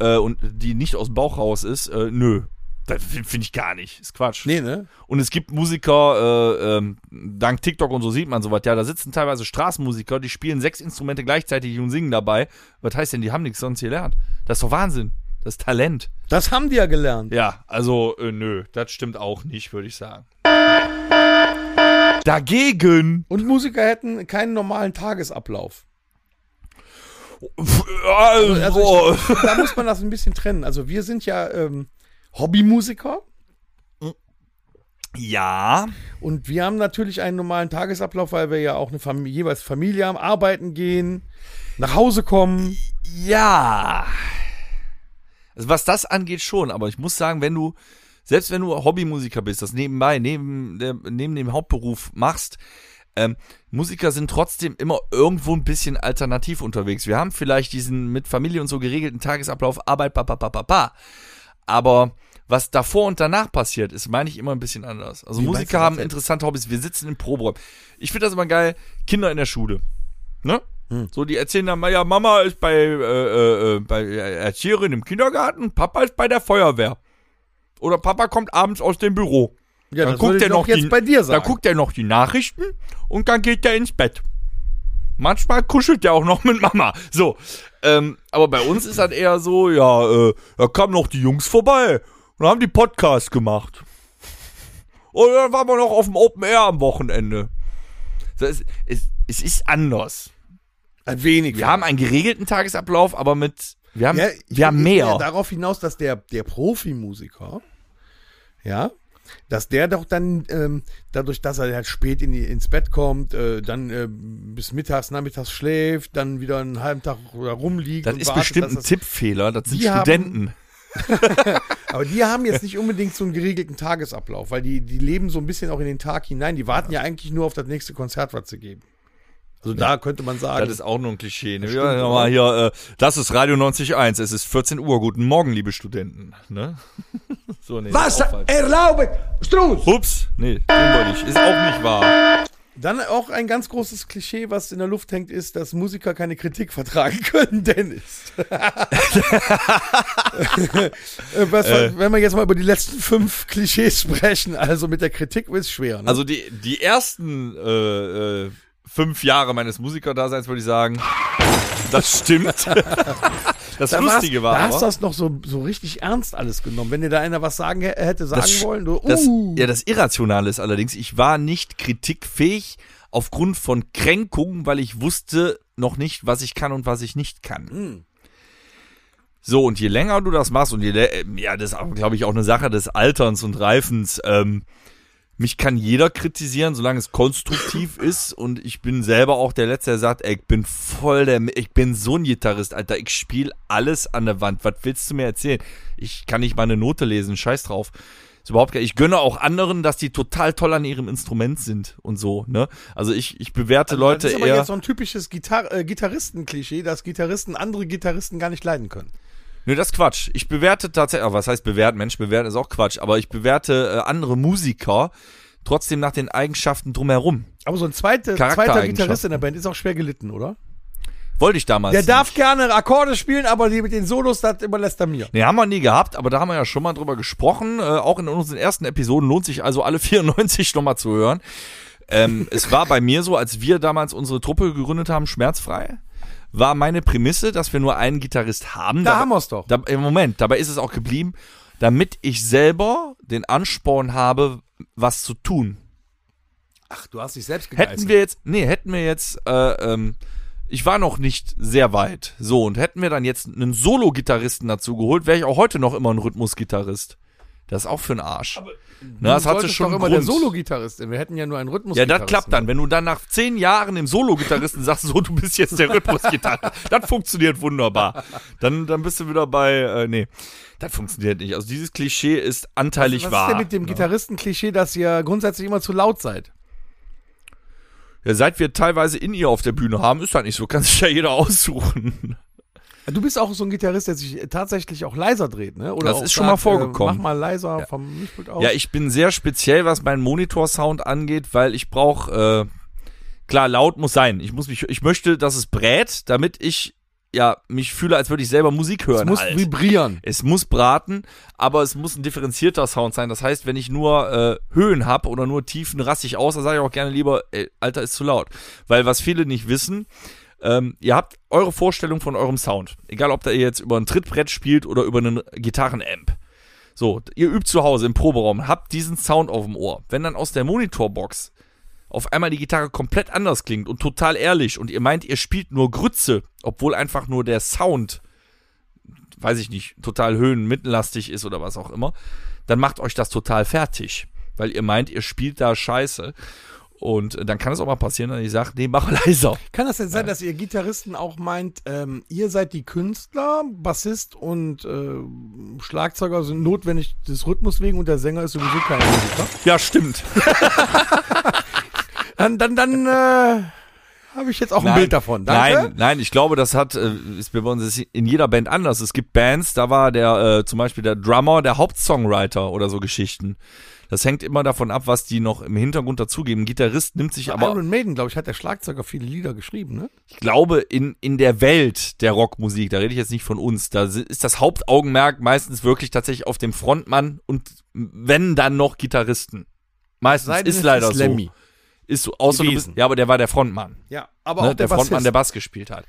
C: äh, und die nicht aus dem Bauch raus ist. Äh, nö, das f- finde ich gar nicht. Ist Quatsch.
B: nee, ne?
C: Und es gibt Musiker, äh, ähm, dank TikTok und so sieht man sowas, ja, da sitzen teilweise Straßenmusiker, die spielen sechs Instrumente gleichzeitig und singen dabei. Was heißt denn, die haben nichts sonst gelernt? Das ist doch Wahnsinn. Das ist Talent.
B: Das haben die ja gelernt.
C: Ja, also äh, nö, das stimmt auch nicht, würde ich sagen. Dagegen,
B: Und Musiker hätten keinen normalen Tagesablauf.
C: pf, äh,
B: Also ich, da muss man das ein bisschen trennen. Also wir sind ja ähm, Hobbymusiker
C: ja,
B: und wir haben natürlich einen normalen Tagesablauf, weil wir ja auch eine Familie, jeweils Familie haben, arbeiten gehen. nach Hause kommen.
C: Ja. Also was das angeht schon, aber ich muss sagen, wenn du, selbst wenn du Hobbymusiker bist, das nebenbei, neben, der, neben dem Hauptberuf machst, ähm, Musiker sind trotzdem immer irgendwo ein bisschen alternativ unterwegs. Wir haben vielleicht diesen mit Familie und so geregelten Tagesablauf, Arbeit, pa, pa, pa, pa, pa. Aber was davor und danach passiert, ist, meine ich, immer ein bisschen anders. Also
B: Wie meinst du
C: Musiker
B: das
C: haben
B: denn?
C: interessante Hobbys. Wir sitzen im Proberäumen. Ich finde das immer geil. Kinder in der Schule. Ne?
B: Hm.
C: So, die erzählen dann mal, ja, Mama ist bei, äh, äh, bei Erzieherin im Kindergarten, Papa ist bei der Feuerwehr. Oder Papa kommt abends aus dem Büro.
B: Ja, das
C: Dann
B: würde
C: guckt
B: ich
C: er
B: doch
C: noch
B: jetzt
C: die,
B: bei dir
C: Dann
B: sagen.
C: guckt er noch die Nachrichten und dann geht er ins Bett. Manchmal kuschelt er auch noch mit Mama. So. Ähm, aber bei uns ist das eher so, ja, äh, da kamen noch die Jungs vorbei und haben die Podcast gemacht. Und dann waren wir noch auf dem Open Air am Wochenende. Das ist, es, es ist anders.
B: Ein wenig.
C: Wir haben einen geregelten Tagesablauf, aber mit. Wir haben,
B: ja,
C: wir haben
B: ich will
C: mehr.
B: Ja darauf hinaus, dass der, der Profimusiker, ja, dass der doch dann, ähm, dadurch, dass er halt spät in die, ins Bett kommt, äh, dann äh, bis mittags, nachmittags schläft, dann wieder einen halben Tag rumliegt.
C: das
B: und
C: ist
B: wartet,
C: bestimmt
B: dass
C: ein
B: das-
C: Tippfehler. Das sind
B: Die haben-
C: Studenten.
B: Aber die haben jetzt nicht unbedingt so einen geregelten Tagesablauf, weil die, die leben so ein bisschen auch in den Tag hinein. Die warten ja eigentlich nur auf das nächste Konzert, was sie geben. Also da könnte man sagen,
C: Das ist auch nur ein Klischee. Ne?
B: stimmt,
C: Ja,
B: oder?
C: nochmal hier, äh, das ist Radio 91.1. Es ist 14 Uhr. Guten Morgen, liebe Studenten. Ne? so, nee,
D: Was
C: auch falsch.
D: erlaubt Strunz?
C: Ups, nee, den wollte ich. Ist auch nicht wahr.
B: dann auch ein ganz großes Klischee, was in der Luft hängt, ist, dass Musiker keine Kritik vertragen können, Dennis. Äh, was, Wenn wir jetzt mal über die letzten fünf Klischees sprechen, also mit der Kritik ist schwer. Ne?
C: Also die, die ersten äh, äh, fünf Jahre meines Musikerdaseins würde ich sagen, das stimmt. das
B: da warst-
C: Lustige war
B: da hast du
C: aber,
B: das noch so, so richtig ernst alles genommen. Wenn dir da einer was sagen hä- hätte sagen
C: Sch-
B: wollen, du,
C: das,
B: uh,
C: ja, das Irrationale ist allerdings, ich war nicht kritikfähig aufgrund von Kränkungen, weil ich wusste noch nicht, was ich kann und was ich nicht kann. So, und je länger du das machst und je, lä- ähm, ja, das ist, glaube ich, auch eine Sache des Alterns und Reifens, ähm, mich kann jeder kritisieren, solange es konstruktiv ist und ich bin selber auch der Letzte, der sagt, ey, ich bin voll der, ich bin so ein Gitarrist, Alter, ich spiele alles an der Wand, was willst du mir erzählen? Ich kann nicht mal eine Note lesen, scheiß drauf. Ist überhaupt geil. Ich gönne auch anderen, dass die total toll an ihrem Instrument sind und so, ne? Also ich, ich bewerte Leute
B: das ist aber
C: eher.
B: jetzt so ein typisches Gitar äh, Gitarristen-Klischee, dass Gitarristen andere Gitarristen gar nicht leiden können.
C: Nö, das ist Quatsch. Ich bewerte tatsächlich, ah, was heißt bewerten? Mensch, bewerten ist auch Quatsch, aber ich bewerte äh, andere Musiker trotzdem nach den Eigenschaften drumherum.
B: Aber so ein zweite, zweiter
C: Charaktereigenschaften.
B: Gitarrist in der Band ist auch schwer gelitten, oder?
C: Wollte ich damals.
B: Der
C: nicht.
B: darf gerne Akkorde spielen, aber die mit den Solos, das überlässt er mir.
C: Nee, haben wir nie gehabt, aber da haben wir ja schon mal drüber gesprochen. Äh, auch in unseren ersten Episoden lohnt sich also alle 94 nochmal zu hören. Ähm, es war bei mir so, als wir damals unsere Truppe gegründet haben, schmerzfrei, war meine Prämisse, dass wir nur einen Gitarrist haben.
B: Da
C: Dabei-
B: haben wir's doch.
C: Da, Im Moment, dabei ist es auch geblieben, damit ich selber den Ansporn habe, was zu tun.
B: Ach, du hast dich selbst
C: Hätten wir jetzt, nee, hätten wir jetzt, äh, ähm, ich war noch nicht sehr weit. So, und hätten wir dann jetzt einen Solo-Gitarristen dazu geholt, wäre ich auch heute noch immer ein Rhythmus-Gitarrist. Das ist auch für einen Arsch. Na, das hatte schon
B: doch
C: einen
B: immer der
C: Grund.
B: Solo-Gitarrist. sein. Wir hätten ja nur einen Rhythmus.
C: Ja, das klappt dann. Wenn du dann nach zehn Jahren im Solo-Gitarristen sagst, so, du bist jetzt der Rhythmusgitarre, das funktioniert wunderbar. Dann, dann bist du wieder bei, äh, nee, das funktioniert nicht. Also dieses Klischee ist anteilig
B: Was
C: wahr.
B: ist denn mit dem Gitarristen-Klischee, dass ihr grundsätzlich immer zu laut seid?
C: ja, seit wir teilweise in ihr auf der Bühne haben, ist das nicht so. Kann sich ja jeder aussuchen.
B: Du bist auch so ein Gitarrist, der sich tatsächlich auch leiser dreht, ne? Oder
C: Das
B: auch
C: ist schon mal vorgekommen.
B: Äh, mach mal leiser vom Mischpult aus.
C: Ja, ich bin sehr speziell, was meinen Monitorsound angeht, weil ich brauche äh, klar laut muss sein. Ich muss mich, ich möchte, dass es brät, damit ich ja mich fühle, als würde ich selber Musik hören.
B: es muss
C: halt.
B: vibrieren.
C: es muss braten, aber es muss ein differenzierter Sound sein. Das heißt, wenn ich nur äh, Höhen habe oder nur Tiefen rassig aus, dann sage ich auch gerne lieber, ey, Alter, ist zu laut. Weil was viele nicht wissen, ähm, ihr habt eure Vorstellung von eurem Sound. Egal, ob da ihr jetzt über ein Trittbrett spielt oder über einen Gitarrenamp. So, ihr übt zu Hause im Proberaum, habt diesen Sound auf dem Ohr. Wenn dann aus der Monitorbox auf einmal die Gitarre komplett anders klingt und total ehrlich und ihr meint, ihr spielt nur Grütze, obwohl einfach nur der Sound, weiß ich nicht, total höhenmittellastig ist oder was auch immer, dann macht euch das total fertig, weil ihr meint, ihr spielt da Scheiße. Und dann kann es auch mal passieren, dass ich sage, nee, mach leiser.
B: Kann das denn sein, dass ihr Gitarristen auch meint, ähm, ihr seid die Künstler, Bassist und äh, Schlagzeuger sind notwendig des Rhythmus wegen und der Sänger ist sowieso kein Musiker?
C: Ja, stimmt.
B: Dann, dann, dann äh, habe ich jetzt auch ein Bild davon.
C: Nein, nein, ich glaube, das hat äh, ist bei uns ist in jeder Band anders. Es gibt Bands, da war der äh, zum Beispiel der Drummer der Hauptsongwriter oder so Geschichten. Das hängt immer davon ab, was die noch im Hintergrund dazugeben. Ein Gitarrist nimmt sich
B: Aber
C: aber,
B: Iron Maiden, glaube ich, hat der Schlagzeuger viele Lieder geschrieben, ne?
C: ich glaube, in, in der Welt der Rockmusik, da rede ich jetzt nicht von uns, da si- ist das Hauptaugenmerk meistens wirklich tatsächlich auf dem Frontmann und wenn dann noch Gitarristen. Meistens
B: Sei denn,
C: ist
B: es
C: leider
B: ist
C: so.
B: Lemmy.
C: Ist so, außer du
B: Gewesen.
C: bist, ja, aber der war der Frontmann.
B: Ja, aber
C: ne,
B: auch der,
C: der Frontmann,
B: Bassist.
C: der Bass gespielt hat.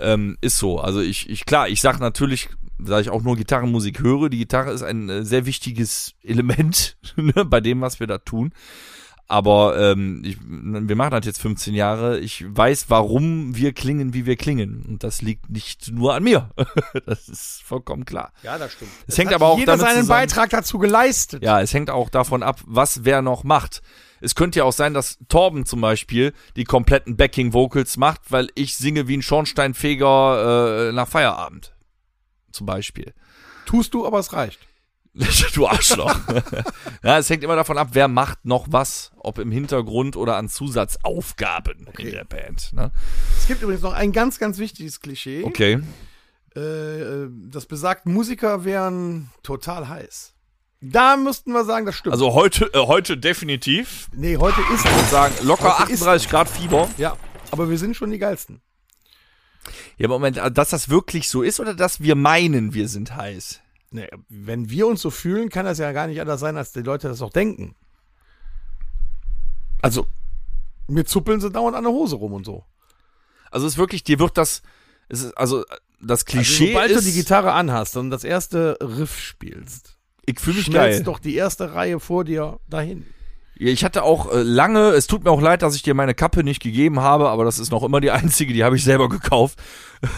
C: Ähm, ist so. Also ich, ich klar, ich sag natürlich, da ich auch nur Gitarrenmusik höre, die Gitarre ist ein äh, sehr wichtiges Element ne, bei dem, was wir da tun. Aber ähm, ich, wir machen das jetzt 15 Jahre. Ich weiß, warum wir klingen, wie wir klingen. Und das liegt nicht nur an mir. das ist vollkommen klar.
B: ja, das stimmt.
C: Es hängt aber auch
B: jeder
C: damit
B: seinen
C: zusammen,
B: Beitrag dazu geleistet.
C: ja, es hängt auch davon ab, was wer noch macht. Es könnte ja auch sein, dass Torben zum Beispiel die kompletten Backing-Vocals macht, weil ich singe wie ein Schornsteinfeger äh, nach Feierabend. Zum Beispiel.
B: Tust du, aber es reicht.
C: Du Arschloch. ja, es hängt immer davon ab, wer macht noch was. Ob im Hintergrund oder an Zusatzaufgaben in der Band. Ne?
B: Es gibt übrigens noch ein ganz, ganz wichtiges Klischee.
C: Okay.
B: Äh, äh, das besagt, Musiker wären total heiß. Da müssten wir sagen, das stimmt.
C: Also heute, äh, heute definitiv.
B: nee, heute ist
C: Ich würde sagen, locker
B: Heute ist-
C: 38 Grad Fieber.
B: Ja, aber wir sind schon die geilsten.
C: Ja, aber Moment, dass das wirklich so ist oder dass wir meinen, wir sind heiß?
B: Nee, wenn wir uns so fühlen, kann das ja gar nicht anders sein, als die Leute das auch denken.
C: Also-
B: Mir zuppeln sie dauernd an der Hose rum und so.
C: Also es ist wirklich, dir wird das, es ist, also das Klischee
B: Sobald du die
C: ist,
B: Gitarre anhast und das erste Riff spielst,
C: ich fühle mich
B: schmelzt
C: geil.
B: doch die erste Reihe vor dir dahin.
C: Ja, Ich hatte auch äh, lange, es tut mir auch leid, dass ich dir meine Kappe nicht gegeben habe, aber das ist noch immer die einzige, die habe ich selber gekauft.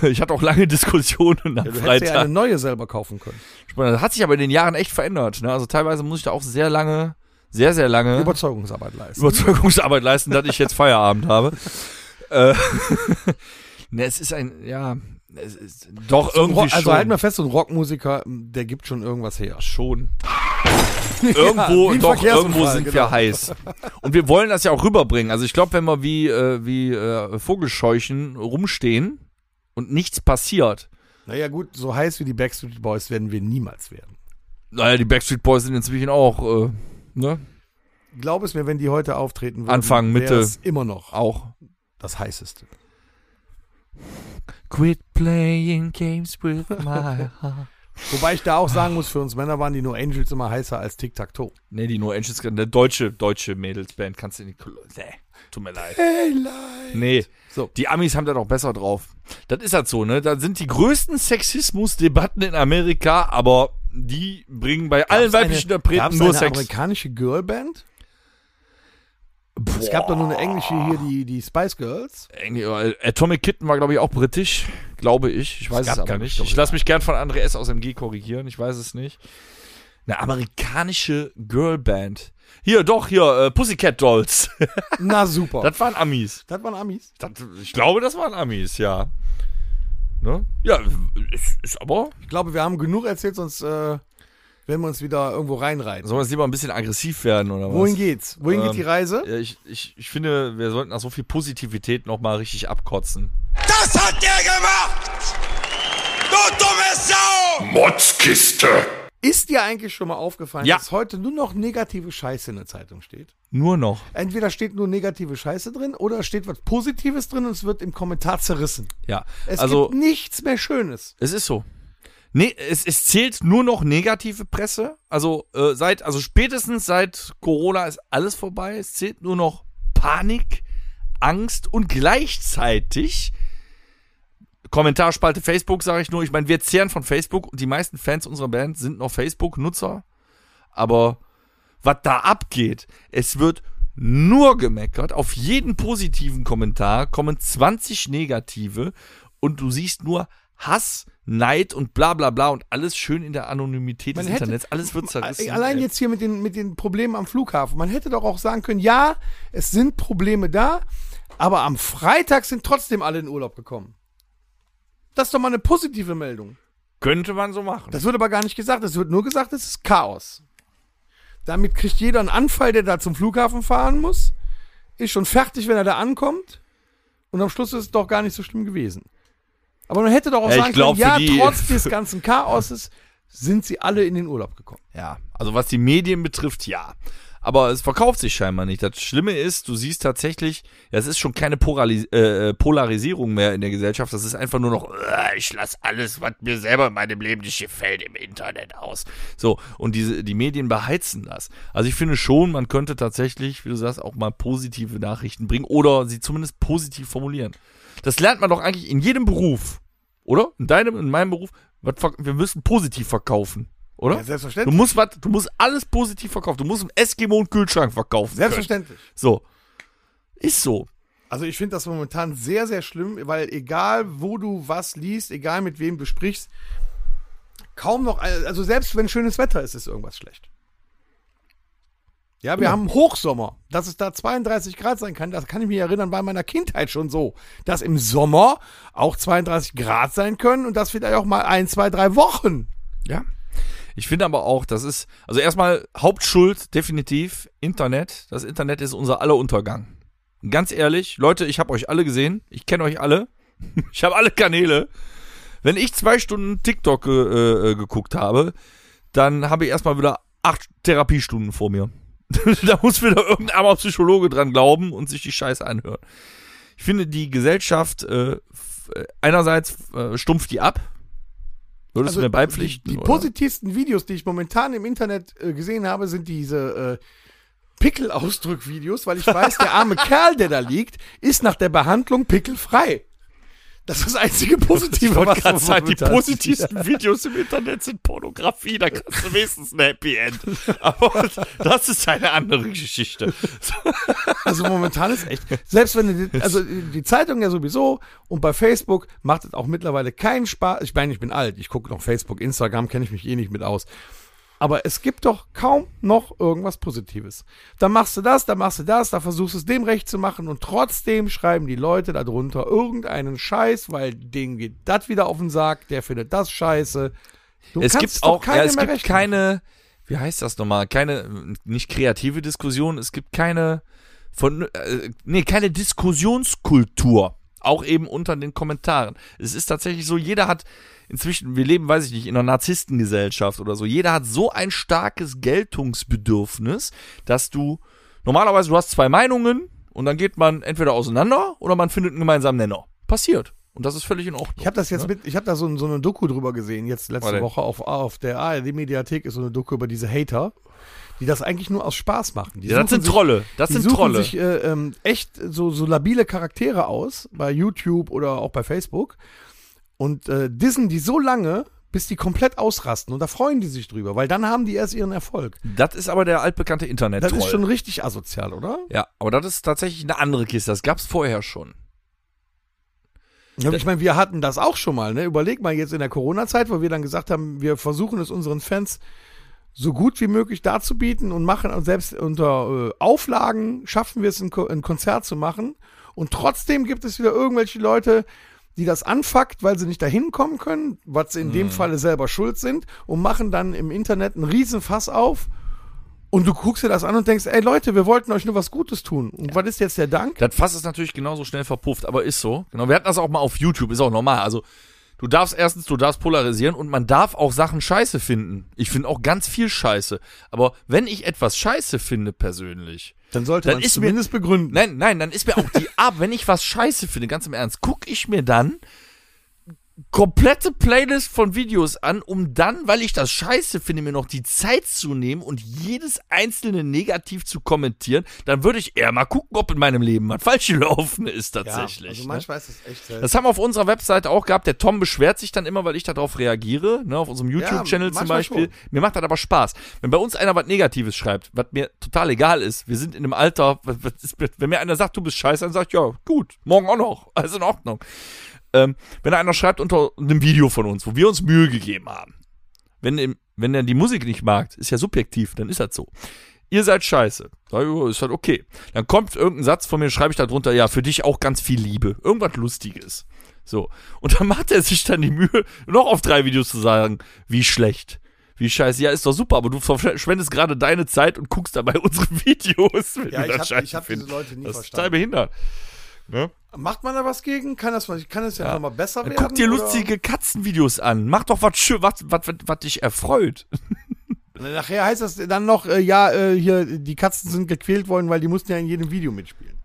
C: Ich hatte auch lange Diskussionen
B: Ja,
C: am
B: du hättest ja
C: Freitag.
B: eine neue selber kaufen können.
C: Das hat sich aber in den Jahren echt verändert. Ne? Also teilweise muss ich da auch sehr lange, sehr, sehr lange
B: Überzeugungsarbeit leisten.
C: Überzeugungsarbeit leisten, dass ich jetzt Feierabend habe. äh, ne, es ist ein, ja, es ist doch irgendwie
B: Rock- also
C: schon.
B: halt mal fest, so ein Rockmusiker, der gibt schon irgendwas her.
C: Schon. Irgendwo,
B: wie ein
C: doch,
B: Verkehrsunfall,
C: irgendwo sind wir
B: genau.
C: heiß. Und wir wollen das ja auch rüberbringen. Also ich glaube, wenn wir wie, äh, wie äh, Vogelscheuchen rumstehen und nichts passiert,
B: Naja gut, so heiß wie die Backstreet Boys werden wir niemals werden.
C: naja, die Backstreet Boys sind inzwischen auch, äh, ne?
B: Glaub es mir, wenn die heute auftreten würden,
C: Anfang, Mitte.
B: wär's immer noch
C: Auch.
B: das Heißeste.
C: Quit playing games with my heart.
B: Wobei ich da auch sagen muss, für uns Männer waren die No Angels immer heißer als Tic Tac Toe.
C: Nee, die No Angels, der deutsche, deutsche Mädelsband kannst du nicht. Nee, tut mir leid. Nee.
B: So.
C: Die Amis haben da doch besser drauf. Das ist halt so, ne? Da sind die größten Sexismusdebatten in Amerika, aber die bringen bei allen weiblichen Interpreten
B: gab's
C: nur
B: eine
C: Sex.
B: amerikanische Girlband? Es gab
C: Boah.
B: doch nur eine englische hier, die, die Spice Girls.
C: Engl- äh, Atomic Kitten war, glaube ich, auch britisch. Glaube ich. Ich weiß es,
B: gab
C: aber
B: gar
C: nicht.
B: nicht,
C: Ich lasse mich gern von André S. aus MG korrigieren. Ich weiß es nicht. Eine amerikanische Girlband. Hier, doch, hier, äh, Pussycat Dolls.
B: Na super. das,
C: Das waren Amis.
B: waren Amis.
C: Das, ich glaube, das waren Amis, ja. Ne? Ja, ist, ist aber
B: Ich glaube, wir haben genug erzählt, sonst äh, werden wir uns wieder irgendwo reinreiten.
C: Sollen wir jetzt lieber ein bisschen aggressiv werden oder was?
B: Wohin geht's? Wohin
C: Ähm,
B: geht die Reise?
C: Ja, ich, ich, ich finde, wir sollten nach so viel Positivität nochmal richtig abkotzen.
D: Das hat der gemacht! Du dumme Sau!
A: Motzkiste.
B: Ist dir eigentlich schon mal aufgefallen,
C: Ja.
B: dass heute nur noch negative Scheiße in der Zeitung steht?
C: Nur noch.
B: Entweder steht nur negative Scheiße drin oder steht was Positives drin und es wird im Kommentar zerrissen.
C: Ja.
B: Es
C: also,
B: gibt nichts mehr Schönes.
C: es ist so. Nee, es, es zählt nur noch negative Presse. Also, äh, seit, also spätestens seit Corona ist alles vorbei. Es zählt nur noch Panik, Angst und gleichzeitig Kommentarspalte Facebook, sage ich nur. Ich meine, wir zehren von Facebook und die meisten Fans unserer Band sind noch Facebook-Nutzer. Aber was da abgeht, es wird nur gemeckert. Auf jeden positiven Kommentar kommen 20 negative und du siehst nur Hass, Neid und bla bla bla und alles schön in der Anonymität
B: Man
C: des
B: hätte-
C: Internets. Alles wird zerrissen.
B: Äh, Allein
C: ey.
B: jetzt hier mit den, mit den Problemen am Flughafen. Man hätte doch auch sagen können, ja, es sind Probleme da, aber am Freitag sind trotzdem alle in Urlaub gekommen. Das ist doch mal eine positive Meldung.
C: Könnte man so machen.
B: Das wird aber gar nicht gesagt. Es wird nur gesagt, es ist Chaos. Damit kriegt jeder einen Anfall, der da zum Flughafen fahren muss. Ist schon fertig, wenn er da ankommt. Und am Schluss ist es doch gar nicht so schlimm gewesen. Aber man hätte doch auch
C: Ja, ich
B: sagen
C: glaub, für
B: können, ja,
C: die-
B: trotz des ganzen Chaoses sind sie alle in den Urlaub gekommen.
C: Ja, also was die Medien betrifft, ja. Aber es verkauft sich scheinbar nicht. Das Schlimme ist, du siehst tatsächlich, es ist schon keine Poralis äh, Polarisierung mehr in der Gesellschaft. Das ist einfach nur noch, äh, ich lasse alles, was mir selber in meinem Leben nicht gefällt, im Internet aus. So, und diese, die Medien beheizen das. Also ich finde schon, man könnte tatsächlich, wie du sagst, auch mal positive Nachrichten bringen oder sie zumindest positiv formulieren. Das lernt man doch eigentlich in jedem Beruf, oder? In deinem, in meinem Beruf. Was verk- Wir müssen positiv verkaufen, oder?
B: Ja,
C: Du
B: selbstverständlich.
C: musst, was, du musst alles positiv verkaufen. Du musst im Eskimo einen Kühlschrank verkaufen. können.
B: Selbstverständlich.
C: So. Ist so.
B: Also ich finde das momentan sehr, sehr schlimm, weil egal wo du was liest, egal mit wem du sprichst, kaum noch, also selbst wenn schönes Wetter ist, ist irgendwas schlecht. Ja, wir haben Hochsommer. Dass es da 32 Grad sein kann, das kann ich mich erinnern, bei meiner Kindheit schon so. Dass im Sommer auch 32 Grad sein können und das vielleicht auch mal ein, zwei, drei Wochen.
C: Ja. Ich finde aber auch, das ist, also erstmal Hauptschuld definitiv Internet. Das Internet ist unser aller Untergang. Ganz ehrlich, Leute, ich habe euch alle gesehen. Ich kenne euch alle. Ich habe alle Kanäle. Wenn ich zwei Stunden TikTok äh, äh, geguckt habe, dann habe ich erstmal wieder acht Therapiestunden vor mir. da muss wieder irgendein armer Psychologe dran glauben und sich die Scheiße anhören. Ich finde, die Gesellschaft äh, f- äh, einerseits äh, stumpft die ab. Würdest du mir beipflichten?
B: Also Die, die
C: oder?
B: positivsten Videos, die ich momentan im Internet äh, gesehen habe, sind diese äh, Pickelausdrück-Videos, weil ich weiß, der arme Kerl, der da liegt, ist nach der Behandlung pickelfrei. Das ist das einzige
C: Ich
B: Positive,
C: wollte
B: was
C: gerade sagen, die
B: momentan-
C: positivsten Videos im Internet sind Pornografie, da kannst du wenigstens ein Happy End. Aber das ist eine andere Geschichte.
B: Also momentan ist echt, selbst wenn du, die- also die Zeitung ja sowieso und bei Facebook macht es auch mittlerweile keinen Spaß. Ich meine, ich bin alt, ich gucke noch Facebook, Instagram, kenne ich mich eh nicht mit aus. Aber es gibt doch kaum noch irgendwas Positives. Da machst du das, da machst du das, da versuchst du es dem recht zu machen und trotzdem schreiben die Leute darunter irgendeinen Scheiß, weil denen geht das wieder auf den Sack, der findet das scheiße. Du
C: Es
B: kannst
C: gibt
B: doch
C: auch ja, es
B: mehr
C: gibt
B: recht machen.
C: keine, wie heißt das nochmal, keine, äh, nicht kreative Diskussion, es gibt keine von, äh, nee, keine Diskussionskultur. Auch eben unter den Kommentaren. Es ist tatsächlich so, jeder hat inzwischen, wir leben, weiß ich nicht, in einer Narzisstengesellschaft oder so, jeder hat so ein starkes Geltungsbedürfnis, dass du, normalerweise, du hast zwei Meinungen und dann geht man entweder auseinander oder man findet einen gemeinsamen Nenner. Passiert. Und das ist völlig in Ordnung.
B: Ich habe das jetzt mit, ich habe da so, ein- so eine Doku drüber gesehen, jetzt letzte
C: Ne? Warte.
B: Woche auf, auf der ARD-Mediathek ist so eine Doku über diese Hater, die das eigentlich nur aus Spaß machen. Die
C: ja, das
B: suchen
C: sind
B: sich-
C: Trolle. Das
B: die
C: sind
B: suchen
C: Trolle.
B: sich äh, ähm, echt so, so labile Charaktere aus, bei YouTube oder auch bei Facebook. Und äh, dissen die so lange, bis die komplett ausrasten. Und da freuen die sich drüber, weil dann haben die erst ihren Erfolg.
C: Das ist aber der altbekannte internet
B: Das ist schon richtig asozial, oder?
C: Ja, aber das ist tatsächlich eine andere Kiste. Das gab's vorher schon.
B: Ja, aber ich meine, wir hatten das auch schon mal. Ne? Überleg mal jetzt in der Corona-Zeit, wo wir dann gesagt haben, wir versuchen es unseren Fans so gut wie möglich darzubieten und machen und selbst unter äh, Auflagen schaffen wir es, ein, Ko ein Konzert zu machen. Und trotzdem gibt es wieder irgendwelche Leute, die das anfuckt, weil sie nicht dahin kommen können, was sie in
C: Mhm.
B: dem Falle selber schuld sind und machen dann im Internet einen Riesenfass auf. Und du guckst dir das an und denkst, ey Leute, wir wollten euch nur was Gutes tun. Und was ist jetzt der Dank?
C: Das Fass ist natürlich genauso schnell verpufft, aber ist so. Genau, wir hatten das auch mal auf YouTube, ist auch normal. Also, du darfst erstens, du darfst polarisieren und man darf auch Sachen scheiße finden. Ich finde auch ganz viel scheiße. Aber wenn ich etwas scheiße finde persönlich,
B: Dann sollte
C: Dann
B: man
C: ist mir-
B: zumindest begründen.
C: Nein, nein, dann ist mir auch die ab, wenn ich was scheiße finde, ganz im Ernst, gucke ich mir dann komplette Playlist von Videos an, um dann, weil ich das scheiße finde, mir noch die Zeit zu nehmen und jedes einzelne negativ zu kommentieren, dann würde ich eher mal gucken, ob in meinem Leben was falsch gelaufen ist tatsächlich.
B: Also
C: ne?
B: manchmal ist es echt selten.
C: Das haben wir auf unserer Webseite auch gehabt. Der Tom beschwert sich dann immer, weil ich darauf reagiere, ne, auf unserem YouTube-Channel
B: Ja,
C: zum
B: manchmal
C: Beispiel.
B: schon.
C: Mir macht das aber Spaß. Wenn bei uns einer was Negatives schreibt, was mir total egal ist, wir sind in einem Alter, was- was ist- wenn mir einer sagt, du bist scheiße, dann sagt, ja, gut, morgen auch noch, alles in Ordnung. ähm, wenn da einer schreibt unter einem Video von uns, wo wir uns Mühe gegeben haben, wenn, im- wenn er die Musik nicht mag, ist ja subjektiv, dann ist das so. Ihr seid scheiße. Sag ich, oh, Ist halt okay. Dann kommt irgendein Satz von mir, schreibe ich da drunter, ja, für dich auch ganz viel Liebe. Irgendwas Lustiges. So. Und dann macht er sich dann die Mühe, noch auf drei Videos zu sagen, wie schlecht. Wie scheiße. Ja, ist doch super, aber du verschwendest gerade deine Zeit und guckst dabei unsere Videos. wenn
B: Ja,
C: du
B: ich
C: das
B: hab-
C: scheiße
B: ich hab diese
C: findest.
B: Leute nie
C: Das ist
B: verstanden.
C: total behindert. Ne?
B: Macht man da was gegen? Kann das, kann das ja, noch nochmal besser werden?
C: Guck dir
B: oder?
C: lustige Katzenvideos an. Mach doch was schön, was, was, was, was dich erfreut.
B: Nachher heißt das dann noch, äh, ja, äh, hier, die Katzen sind gequält worden, weil die mussten ja in jedem Video mitspielen.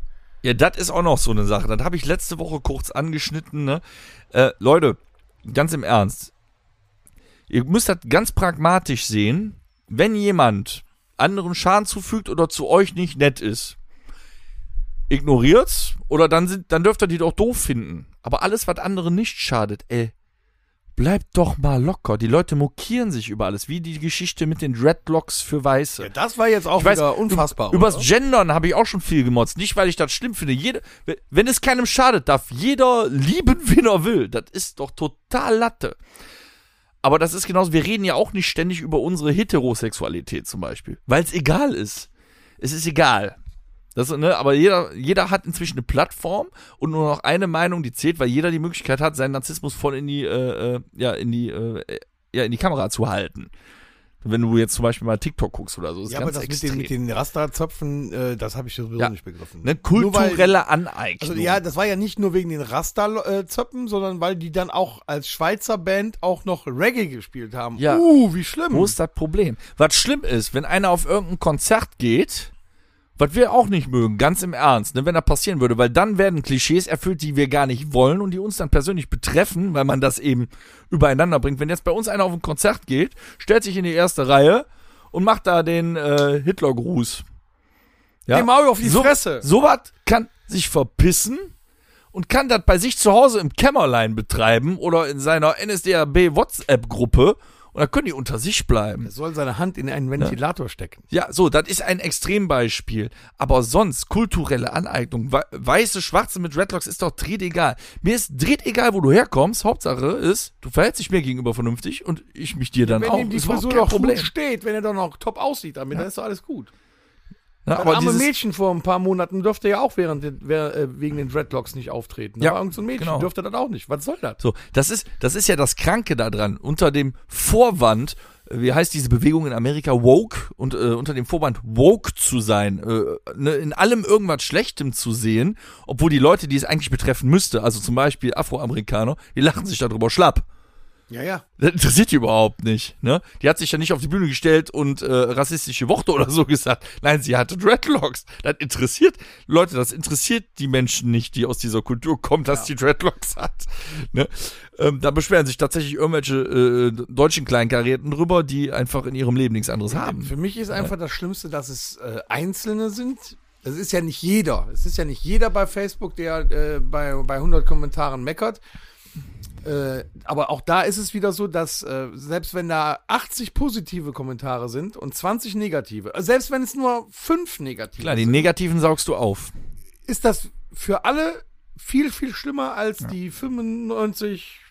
C: Ja, das ist auch noch so eine Sache. Das habe ich letzte Woche kurz angeschnitten. Ne? Äh, Leute, ganz im Ernst. Ihr müsst das ganz pragmatisch sehen. Wenn jemand anderen Schaden zufügt oder zu euch nicht nett ist, ignoriert's oder dann, sind, dann dürft ihr die doch doof finden. Aber alles, was anderen nicht schadet, ey, bleibt doch mal locker. Die Leute mokieren sich über alles, wie die Geschichte mit den Dreadlocks für Weiße.
B: Ja, das war jetzt auch
C: Ich weiß,
B: wieder unfassbar.
C: Übers
B: oder?
C: Gendern habe ich auch schon viel gemotzt. Nicht, weil ich das schlimm finde. Jede, wenn es keinem schadet, darf jeder lieben, wen er will. Das ist doch total Latte. Aber das ist genauso, wir reden ja auch nicht ständig über unsere Heterosexualität zum Beispiel. Weil es egal ist. Es ist egal. Das, ne, aber jeder, jeder hat inzwischen eine Plattform und nur noch eine Meinung, die zählt, weil jeder die Möglichkeit hat, seinen Narzissmus voll in die, äh, äh, ja, in die, äh, äh, ja, in die Kamera zu halten. Wenn du jetzt zum Beispiel mal TikTok guckst oder so. ist
B: ja, aber
C: ganz
B: das mit
C: extrem.
B: den, mit den Rasterzöpfen, äh, das habe ich sowieso
C: Ja.
B: nicht begriffen.
C: Ne,
B: Nur weil-
C: kulturelle Aneignung.
B: Also ja, das war ja nicht nur wegen den Rasta-Zöpfen, sondern weil die dann auch als Schweizer Band auch noch Reggae gespielt haben.
C: Ja.
B: Uh, wie schlimm.
C: Wo ist das Problem? Was schlimm ist, wenn einer auf irgendein Konzert geht, was wir auch nicht mögen, ganz im Ernst, ne, wenn das passieren würde, weil dann werden Klischees erfüllt, die wir gar nicht wollen und die uns dann persönlich betreffen, weil man das eben übereinander bringt. Wenn jetzt bei uns einer auf ein Konzert geht, stellt sich in die erste Reihe und macht da den äh, Hitlergruß. Ja?
B: Dem Maul auf die
C: so,
B: Fresse.
C: So was kann sich verpissen und kann das bei sich zu Hause im Kämmerlein betreiben oder in seiner NSDAP WhatsApp-Gruppe und da können die unter sich bleiben.
B: Er soll seine Hand in einen Ventilator stecken.
C: Ja, so, das ist ein Extrembeispiel. Aber sonst, kulturelle Aneignung, wei- weiße, schwarze mit Redlocks ist doch drehtegal. Mir ist drehtegal, wo du herkommst. Hauptsache ist, du verhältst dich mir gegenüber vernünftig und ich mich dir dann
B: Wenn
C: auch.
B: ihm die
C: Ist überhaupt
B: Frisur
C: kein
B: doch gut steht, wenn er doch noch top aussieht damit, dann ist doch alles gut.
C: Ja,
B: Aber
C: aber
B: das arme
C: dieses,
B: Mädchen vor ein paar Monaten durfte ja auch während den, wer- äh, wegen den Dreadlocks nicht auftreten.
C: Ja,
B: Aber irgend so ein Mädchen
C: genau.
B: durfte das auch nicht. Was soll das?
C: So, das ist, das ist ja das Kranke daran. Unter dem Vorwand, äh, wie heißt diese Bewegung in Amerika, woke, und äh, unter dem Vorwand woke zu sein, äh, ne, in allem irgendwas Schlechtem zu sehen, obwohl die Leute, die es eigentlich betreffen müsste, also zum Beispiel Afroamerikaner, die lachen sich darüber schlapp.
B: Ja, ja.
C: Das interessiert die überhaupt nicht. Ne? Die hat sich ja nicht auf die Bühne gestellt und äh, rassistische Worte oder so gesagt. Nein, sie hatte Dreadlocks. Das interessiert Leute, das interessiert die Menschen nicht, die aus dieser Kultur kommen, dass die Dreadlocks hat. Ne? Ähm, da beschweren sich tatsächlich irgendwelche äh, deutschen Kleinkarierten drüber, die einfach in ihrem Leben nichts anderes haben.
B: Für mich ist einfach das Schlimmste, dass es äh, Einzelne sind. Es ist ja nicht jeder. Es ist ja nicht jeder bei Facebook, der äh, bei, bei 100 Kommentaren meckert. Äh, aber auch da ist es wieder so, dass äh, selbst wenn da 80 positive Kommentare sind und 20 negative, äh, selbst wenn es nur 5 negative
C: Klar, die Negativen saugst du auf.
B: ist das für alle viel, viel schlimmer als die 95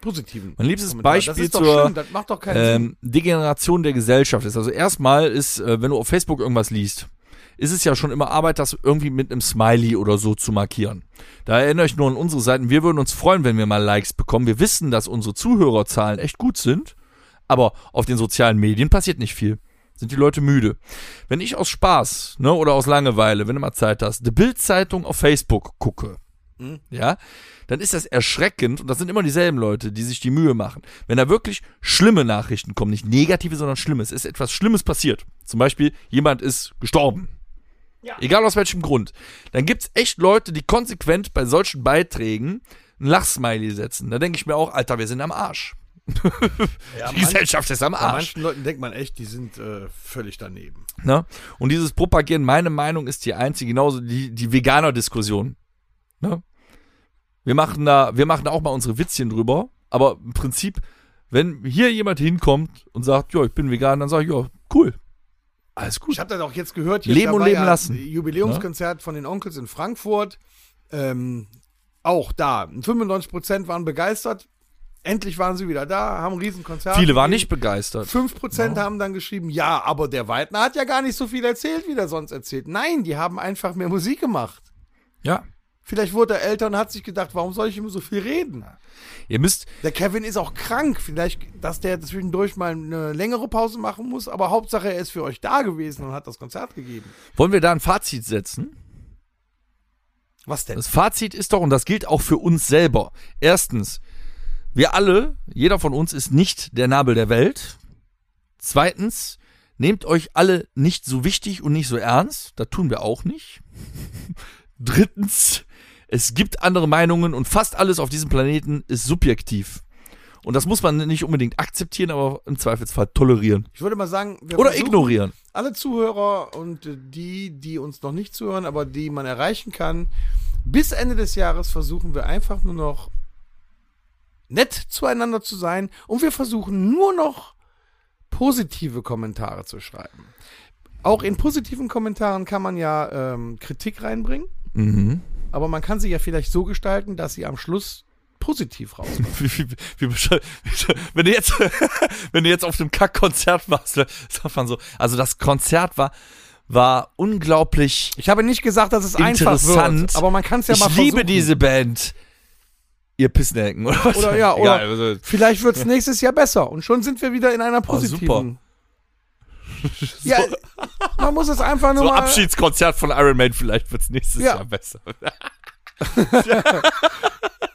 B: positiven.
C: Mein liebstes
B: Kommentare. das
C: Beispiel
B: ist doch
C: zur-
B: schlimm, das macht doch keinen Sinn.
C: ähm, Degeneration der Gesellschaft ist. Also erstmal ist, äh, wenn du auf Facebook irgendwas liest, ist es ja schon immer Arbeit, das irgendwie mit einem Smiley oder so zu markieren. Da erinnere ich nur an unsere Seiten. Wir würden uns freuen, wenn wir mal Likes bekommen. Wir wissen, dass unsere Zuhörerzahlen echt gut sind, aber auf den sozialen Medien passiert nicht viel. Sind die Leute müde. Wenn ich aus Spaß ne, oder aus Langeweile, wenn du mal Zeit hast, die Bild-Zeitung auf Facebook gucke, ja, dann ist das erschreckend und das sind immer dieselben Leute, die sich die Mühe machen. Wenn da wirklich schlimme Nachrichten kommen, nicht negative, sondern schlimme, es ist etwas Schlimmes passiert. Zum Beispiel, jemand ist gestorben. Egal aus welchem Grund. Dann gibt's echt Leute, die konsequent bei solchen Beiträgen ein Lachsmiley setzen. Da denke ich mir auch, Alter, wir sind am Arsch. die Gesellschaft ist am
B: Bei
C: Arsch.
B: manchen Leuten denkt man echt, die sind äh, völlig daneben.
C: Ne? Und dieses Propagieren, meine Meinung ist die einzige, genauso die, die Veganer-Diskussion. Ne? Wir, machen da, wir machen da auch mal unsere Witzchen drüber, aber im Prinzip, wenn hier jemand hinkommt und sagt, ja, ich bin vegan, dann sage ich, ja, cool. Alles
B: Ich
C: gut.
B: habe das auch jetzt gehört. Hier,
C: Leben
B: da
C: und
B: war
C: leben lassen.
B: ein Jubiläumskonzert von den Onkels in Frankfurt. Ähm, Auch da. 95% waren begeistert. Endlich waren sie wieder da, haben ein Riesenkonzert.
C: Viele waren nicht begeistert.
B: 5%
C: Genau.
B: haben dann geschrieben, ja, aber der Weidner hat ja gar nicht so viel erzählt, wie der sonst erzählt. Nein, die haben einfach mehr Musik gemacht.
C: Ja.
B: Vielleicht wurde er älter und hat sich gedacht, warum soll ich immer so viel reden?
C: Ihr müsst,
B: Der Kevin ist auch krank. Vielleicht, dass der zwischendurch mal eine längere Pause machen muss, aber Hauptsache, er ist für euch da gewesen und hat das Konzert gegeben.
C: wollen wir da ein Fazit setzen?
B: Was denn?
C: Das Fazit ist doch, und das gilt auch für uns selber. Erstens, wir alle, jeder von uns ist nicht der Nabel der Welt. Zweitens, nehmt euch alle nicht so wichtig und nicht so ernst. Das tun wir auch nicht. Drittens, es gibt andere Meinungen und fast alles auf diesem Planeten ist subjektiv. Und das muss man nicht unbedingt akzeptieren, aber im Zweifelsfall tolerieren.
B: Ich würde mal sagen, wir
C: Oder
B: versuchen-
C: ignorieren.
B: alle Zuhörer und äh, die, die uns noch nicht zuhören, aber die man erreichen kann, bis Ende des Jahres versuchen wir einfach nur noch nett zueinander zu sein und wir versuchen nur noch positive Kommentare zu schreiben. Auch in positiven Kommentaren kann man ja ähm, Kritik reinbringen,
C: Mhm.
B: aber man kann sie ja vielleicht so gestalten, dass sie am Schluss positiv rauskommt.
C: Wie, wie, wie, bescheu- wenn, du jetzt, wenn du jetzt auf dem Kack-Konzert warst, ne, sagt man so, also das Konzert war, war unglaublich
B: Ich habe nicht gesagt, dass es einfach
C: interessant.
B: wird, aber man kann es ja
C: ich
B: mal versuchen.
C: liebe diese Band. Ihr Pissnecken, oder was?
B: Oder ja,
C: Egal,
B: oder
C: also,
B: Vielleicht wird's nächstes Jahr besser und schon sind wir wieder in
C: Ah,
B: einer positiven. Ja, man muss es einfach nur
C: so
B: mal.
C: Abschiedskonzert von Iron Man, vielleicht wird's nächstes
B: Ja.
C: Jahr besser.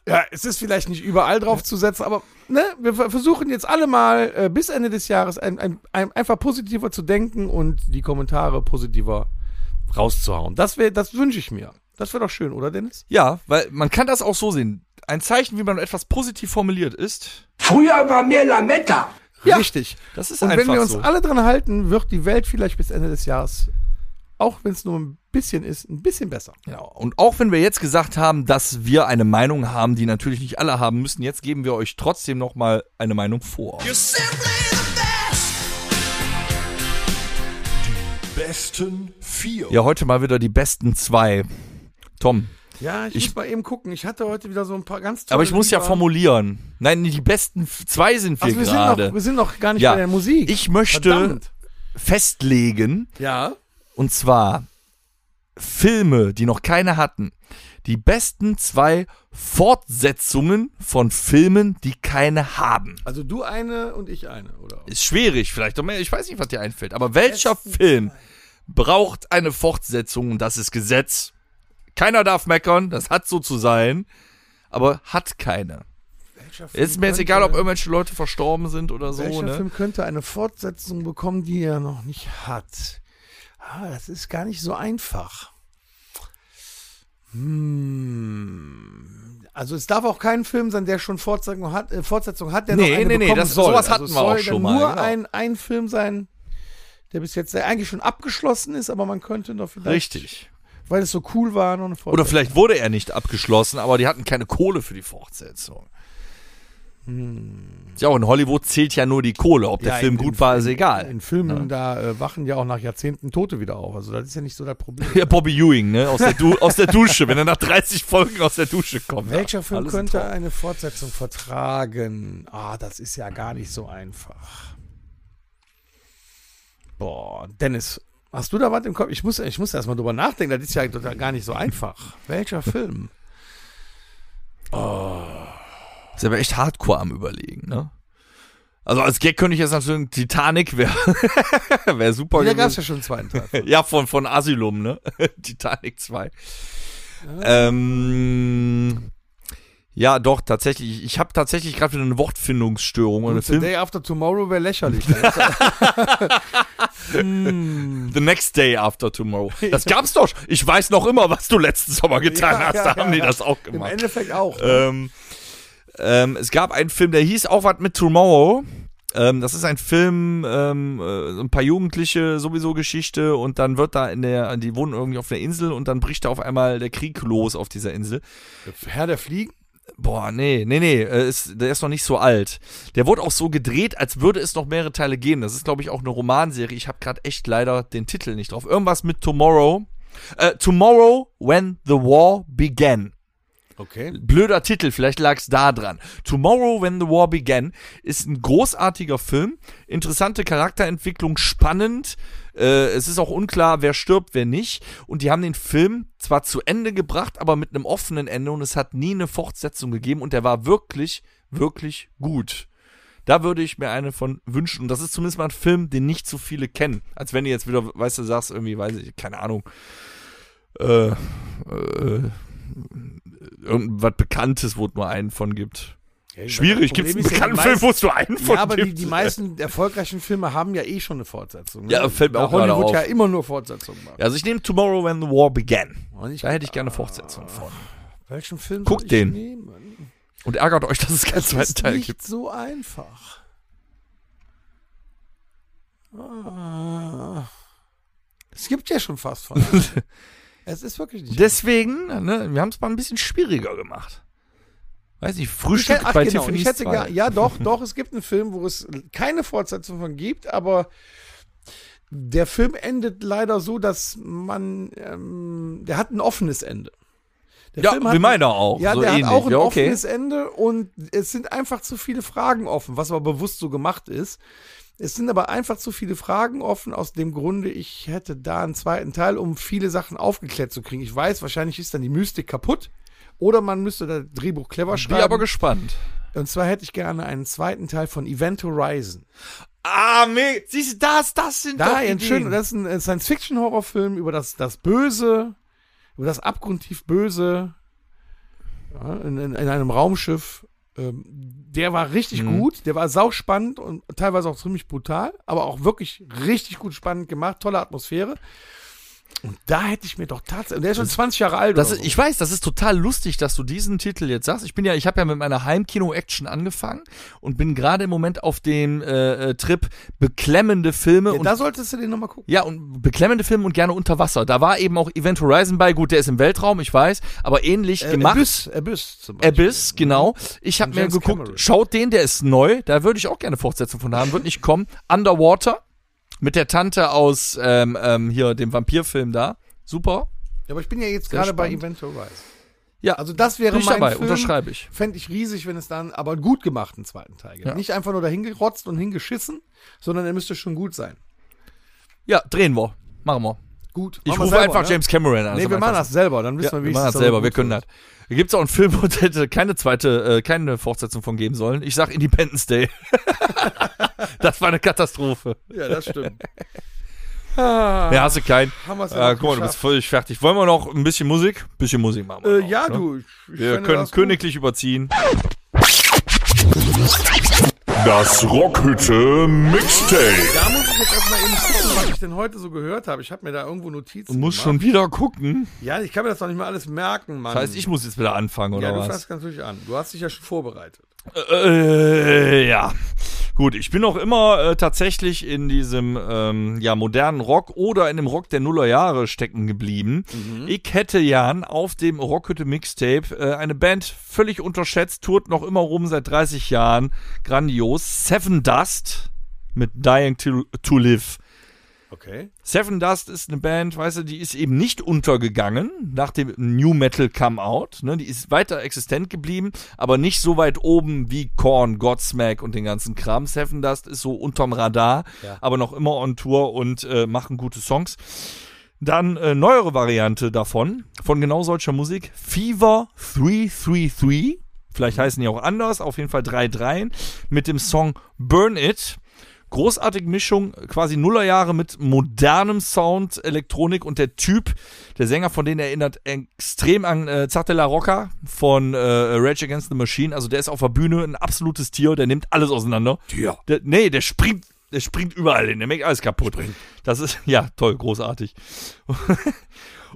B: Ja, es ist vielleicht nicht überall drauf zu setzen, aber ne, wir ver- versuchen jetzt alle mal äh, bis Ende des Jahres ein, ein, ein, einfach positiver zu denken und die Kommentare positiver rauszuhauen. Das, wär- das wünsche ich mir. Das wäre doch schön, oder Dennis?
C: Ja, weil man kann das auch so sehen. Ein Zeichen, wie man etwas positiv formuliert ist.
E: Früher war mehr Lametta.
B: Richtig.
C: Das ist
B: und
C: einfach
B: wenn wir uns
C: so.
B: alle dran halten, wird die Welt vielleicht bis Ende des Jahres, auch wenn es nur ein bisschen ist, ein bisschen besser.
C: Ja, und auch wenn wir jetzt gesagt haben, dass wir eine Meinung haben, die natürlich nicht alle haben müssen, jetzt geben wir euch trotzdem nochmal eine Meinung vor.
D: You're simply the best.
A: Besten vier.
C: Ja, heute mal wieder die besten zwei. Tom,
B: Ja, ich, muss mal eben gucken. Ich hatte heute wieder so ein paar ganz tolle
C: aber ich muss ja
B: Lieder.
C: formulieren. Nein, die besten f- zwei sind wir
B: Also wir, sind noch,
C: gerade.
B: wir sind noch gar nicht
C: Ja.
B: bei der Musik.
C: Ich möchte
B: Verdammt.
C: festlegen,
B: Ja.
C: und zwar Filme, die noch keine hatten. Die besten zwei Fortsetzungen von Filmen, die keine haben.
B: Also du eine und ich eine, oder?
C: ist schwierig, vielleicht noch mehr, ich weiß nicht, was dir einfällt, aber welcher Film braucht eine Fortsetzung und das ist Gesetz? Keiner darf meckern, das hat so zu sein, aber hat keine. Ist mir jetzt egal, ob irgendwelche Leute verstorben sind oder so,
B: äh, Welcher
C: ne?
B: Film könnte eine Fortsetzung bekommen, die er noch nicht hat? Ah, das ist gar nicht so einfach. Hm. Also es darf auch kein Film sein, der schon Fortsetzung hat, äh, Fortsetzung hat, der noch
C: Nee,
B: eine
C: nee, nee,
B: bekommen
C: das-
B: soll. Also
C: sowas hatten
B: es
C: wir auch
B: soll
C: schon
B: dann
C: mal,
B: Nur
C: genau.
B: ein, ein Film sein, der bis jetzt eigentlich schon abgeschlossen ist, aber man könnte doch vielleicht,
C: Richtig.
B: weil es so cool war, noch eine
C: Oder
B: Fortsetzung.
C: vielleicht wurde er nicht abgeschlossen, aber die hatten keine Kohle für die Fortsetzung. Ja, und in Hollywood zählt ja nur die Kohle. Ob der
B: Hm. Ja,
C: Film
B: in-
C: gut war, ist egal.
B: in Filmen da äh, wachen ja auch nach Jahrzehnten Tote wieder auf. Also das ist ja nicht so das Problem.
C: ja, Bobby Ewing, ne? Aus der, du aus der Dusche, wenn er nach 30 Folgen aus der Dusche kommt.
B: Welcher Film
C: Alles ein
B: könnte
C: Traum.
B: eine Fortsetzung vertragen? Ah, das ist ja gar nicht so einfach. Boah, Dennis, hast du da was im Kopf? Ich muss, ich muss erst mal drüber nachdenken, das ist ja total gar nicht so einfach. Welcher Film?
C: Ist aber echt hardcore am Überlegen, ne? Also als Gag könnte ich jetzt natürlich Titanic wäre wär super
B: Da gab es
C: gewesen.
B: ja schon einen zweiten Teil.
C: Ja, von, von Asylum, ne? Titanic 2. Ähm, ja, doch, tatsächlich. Ich habe tatsächlich gerade wieder eine Wortfindungsstörung. Und der
B: The
C: Film
B: Day After Tomorrow wäre lächerlich.
C: The Next Day After Tomorrow. Das gab's doch. schon. Ich weiß noch immer, was du letzten Sommer getan
B: Ja,
C: hast.
B: ja,
C: Da haben
B: ja,
C: die
B: ja.
C: das auch
B: Im Äh,
C: gemacht.
B: Endeffekt auch.
C: ähm, ähm, es gab einen Film, der hieß auch was mit Tomorrow. Ähm, das ist ein Film, ähm, äh, so ein paar Jugendliche sowieso Geschichte und dann wird da in der, die wohnen irgendwie auf einer Insel und dann bricht da auf einmal der Krieg los auf dieser Insel.
B: Herr der Fliegen?
C: Boah, nee, nee, nee, äh, ist, der ist noch nicht so alt. Der wurde auch so gedreht, als würde es noch mehrere Teile geben. Das ist, glaube ich, auch eine Romanserie. Ich habe gerade echt leider den Titel nicht drauf. Irgendwas mit Tomorrow. Äh, Tomorrow, when the war began.
B: Okay.
C: Blöder Titel, vielleicht lag es da dran. Tomorrow When the War Began ist ein großartiger Film, interessante Charakterentwicklung, spannend. Äh, es ist auch unklar, wer stirbt, wer nicht. Und die haben den Film zwar zu Ende gebracht, aber mit einem offenen Ende und es hat nie eine Fortsetzung gegeben und der war wirklich, wirklich gut. Da würde ich mir eine von wünschen. Und das ist zumindest mal ein Film, den nicht so viele kennen. Als wenn du jetzt wieder, weißt du, sagst irgendwie, weiß ich, keine Ahnung, äh, äh, irgendwas Bekanntes, wo es nur einen von gibt. Schwierig, gibt es einen bekannten Film, wo es nur einen von
B: Ja, aber die,
C: gibt?
B: die meisten erfolgreichen Filme haben ja eh schon eine Fortsetzung.
C: Ja, fällt mir
B: Weil
C: auch gerade
B: Hollywood
C: auf.
B: ja immer nur Fortsetzungen macht.
C: Ja, also ich nehme Tomorrow When the War Began.
B: Und ich- Ah.
C: da hätte ich gerne Fortsetzung von.
B: Welchen Film
C: Guck
B: soll ich
C: den.
B: nehmen?
C: Und ärgert euch, dass es keinen
B: Das
C: zweiten
B: ist
C: Teil
B: nicht
C: gibt.
B: so einfach. Ah. Es gibt ja schon fast von. allem. es ist wirklich nicht.
C: Deswegen, ne, wir haben es mal ein bisschen schwieriger gemacht. Weiß nicht,
B: Ich
C: Frühstück
B: hätte, ach,
C: bei
B: genau,
C: Tiffany's
B: ich hätte
C: zwei.
B: gar, ja doch, doch, es gibt einen Film, wo es keine Fortsetzung von gibt, aber der Film endet leider so, dass man, ähm, der hat ein offenes Ende. Der
C: Ja,
B: Film
C: wie meiner auch.
B: Ja,
C: so
B: der
C: ähnlich.
B: hat auch ein
C: ja, okay.
B: offenes Ende und es sind einfach zu viele Fragen offen, was aber bewusst so gemacht ist. Es sind aber einfach zu viele Fragen offen, aus dem Grunde, ich hätte da einen zweiten Teil, um viele Sachen aufgeklärt zu kriegen. Ich weiß, wahrscheinlich ist dann die Mystik kaputt. Oder man müsste das Drehbuch clever
C: Bin
B: schreiben.
C: aber gespannt.
B: Und zwar hätte ich gerne einen zweiten Teil von Event Horizon.
C: Ah, mega. Siehst du, das, das sind
B: Da,
C: doch
B: ein schön, das ist ein äh, Science-Fiction-Horrorfilm über das, das Böse, über das abgrundtief Böse ja, in, in, in einem Raumschiff. Ähm, der war richtig
C: Mhm.
B: gut, der war sauspannend und teilweise auch ziemlich brutal, aber auch wirklich richtig gut spannend gemacht, tolle Atmosphäre. Und da hätte ich mir doch tatsächlich, und der ist schon 20 Jahre alt.
C: Das
B: oder
C: ist,
B: so.
C: ich weiß, das ist total lustig, dass du diesen Titel jetzt sagst. Ich bin ja, ich habe ja mit meiner Heimkino-Action angefangen und bin gerade im Moment auf dem äh, äh, Trip beklemmende Filme
B: ja,
C: und
B: da solltest du den nochmal gucken.
C: ja, und beklemmende Filme und gerne unter Wasser. Da war eben auch Event Horizon bei. Gut, der ist im Weltraum, ich weiß, aber ähnlich gemacht.
B: Äh, Abyss, Abyss zum Beispiel.
C: Abyss, genau. Ich habe
B: Und
C: mir
B: James
C: geguckt,
B: Cameron.
C: schaut den, der ist neu. Da würde ich auch gerne Fortsetzung von haben, wird nicht kommen. Underwater mit der Tante aus ähm, ähm, hier dem Vampirfilm da. Super.
B: Ja, aber ich bin ja jetzt
C: Sehr
B: gerade bei
C: spannend.
B: Event Horizon.
C: Ja,
B: Also das wäre
C: bin ich
B: mein
C: dabei,
B: Film.
C: unterschreibe ich.
B: Fände ich riesig, wenn es dann aber einen gut gemachten zweiten Teil gibt.
C: Ja.
B: Nicht einfach nur dahingerotzt und hingeschissen, sondern er müsste schon gut sein.
C: Ja, drehen wir. Machen wir.
B: Gut.
C: Ich
B: Machen wir
C: rufe
B: selber,
C: einfach
B: ne?
C: James Cameron an. Also
B: Nee, wir machen das selber, dann wissen
C: Ja,
B: wir,
C: wir
B: wie
C: machen das selber, wir können das. Da gibt's auch einen Film, wo es hätte keine zweite, äh, keine Fortsetzung von geben sollen. Ich sag Independence Day. das war eine Katastrophe.
B: Ja, das stimmt.
C: Nee, hast du keinen.
B: Ah. Haben wir's ja
C: äh,
B: noch
C: guck mal,
B: geschafft.
C: du bist völlig fertig. Wollen wir noch ein bisschen Musik? Ein bisschen Musik machen wir.
B: äh,
C: noch,
B: ja,
C: ne?
B: du. Ich, ich
C: Wir
B: fände
C: können
B: das gut.
C: königlich überziehen.
A: Das Rockhütte Mixtape.
B: Da muss ich jetzt erstmal eben gucken, was ich denn heute so gehört habe. Ich habe mir da irgendwo Notizen
C: Du musst
B: gemacht.
C: schon wieder gucken.
B: Ja, ich kann mir das doch nicht mal alles merken, Mann.
C: Das heißt, ich muss jetzt wieder anfangen, oder
B: Ja, du
C: was?
B: fängst ganz natürlich an. Du hast dich ja schon vorbereitet.
C: Äh, ja. Gut, ich bin auch immer äh, tatsächlich in diesem ähm, ja, modernen Rock oder in dem Rock der Nullerjahre stecken geblieben. Ich hätte Jan auf dem Rockhütte Mixtape äh, eine Band völlig unterschätzt, tourt noch immer rum seit 30 Jahren. Grandios. Seven Dust mit Dying to, to Live.
B: Okay.
C: Seven Dust ist eine Band, weißt du, die ist eben nicht untergegangen nach dem New Metal Come Out. Ne? Die ist weiter existent geblieben, aber nicht so weit oben wie Korn, Godsmack und den ganzen Kram. Seven Dust ist so unterm Radar, aber noch immer on Tour und äh, machen gute Songs. Dann äh, neuere Variante davon, von genau solcher Musik, Fever 333. Vielleicht heißen die auch anders, auf jeden Fall drei Dreien, mit dem Song Burn It. Großartige Mischung, quasi Nullerjahre mit modernem Sound, Elektronik und der Typ, der Sänger von denen erinnert extrem an äh, Zarte La Rocca von äh, Rage Against the Machine. Also der ist auf der Bühne ein absolutes Tier, der nimmt alles auseinander. Tier. Der, nee, der springt, der springt überall hin, der macht alles kaputt. Das ist, ja, toll, großartig.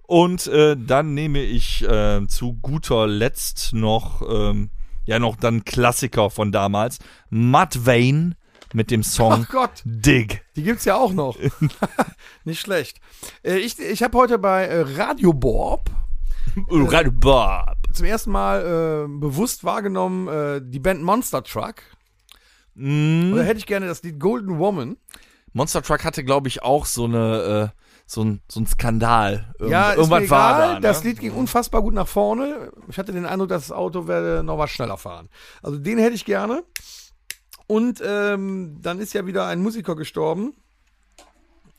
C: Und äh, dann nehme ich äh, zu guter Letzt noch, ähm, ja, noch dann Klassiker von damals, Matt Vane mit dem Song
B: Ach Gott.
C: Dig.
B: Die gibt's ja auch noch. Nicht schlecht. Äh, Ich, ich habe heute bei äh, Radio Borb
C: Right, Bob.
B: zum ersten Mal äh, bewusst wahrgenommen äh, die Band Monster Truck.
C: Mhm.
B: Und da hätte ich gerne das Lied Golden Woman.
C: Monster Truck hatte, glaube ich, auch so eine, äh, so ein, so ein Skandal. Irgend,
B: Ja, ist
C: irgendwas
B: mir
C: war
B: egal.
C: da. Ne?
B: Das Lied ging unfassbar gut nach vorne. Ich hatte den Eindruck, dass das Auto werde noch was schneller fahren. Also den hätte ich gerne. Und ähm, dann ist ja wieder ein Musiker gestorben.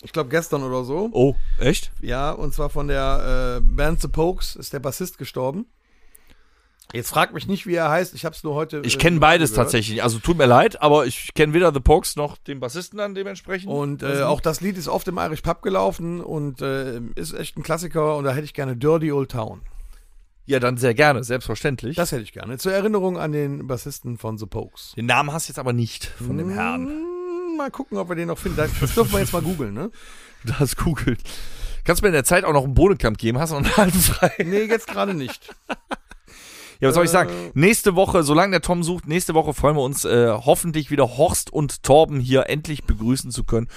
B: Ich glaube gestern oder so.
C: oh, echt?
B: Ja, und zwar von der äh, Band The Pokes ist der Bassist gestorben. Jetzt fragt mich nicht, wie er heißt. Ich habe es nur heute.
C: Ich
B: äh,
C: kenne beides
B: gehört.
C: tatsächlich. Also tut mir leid, aber ich kenne weder The Pokes noch den Bassisten dann dementsprechend. Also
B: Und äh, auch das Lied ist oft im Irish Pub gelaufen und äh, ist echt ein Klassiker. Und da hätte ich gerne Dirty Old Town.
C: ja, dann sehr gerne, selbstverständlich.
B: Das hätte ich gerne. Zur Erinnerung an den Bassisten von The Pokes.
C: den Namen hast du jetzt aber nicht von dem Herrn.
B: Hm, Mal gucken, ob wir den noch finden. Das dürfen wir jetzt mal googeln, ne?
C: Das googelt. Kannst du mir in der Zeit auch noch einen Bodenkampf geben? Hast du noch einen halben frei?
B: Nee, jetzt gerade nicht.
C: Ja, was soll ich sagen? Nächste Woche, solange der Tom sucht, nächste Woche freuen wir uns äh, hoffentlich wieder Horst und Torben hier endlich begrüßen zu können.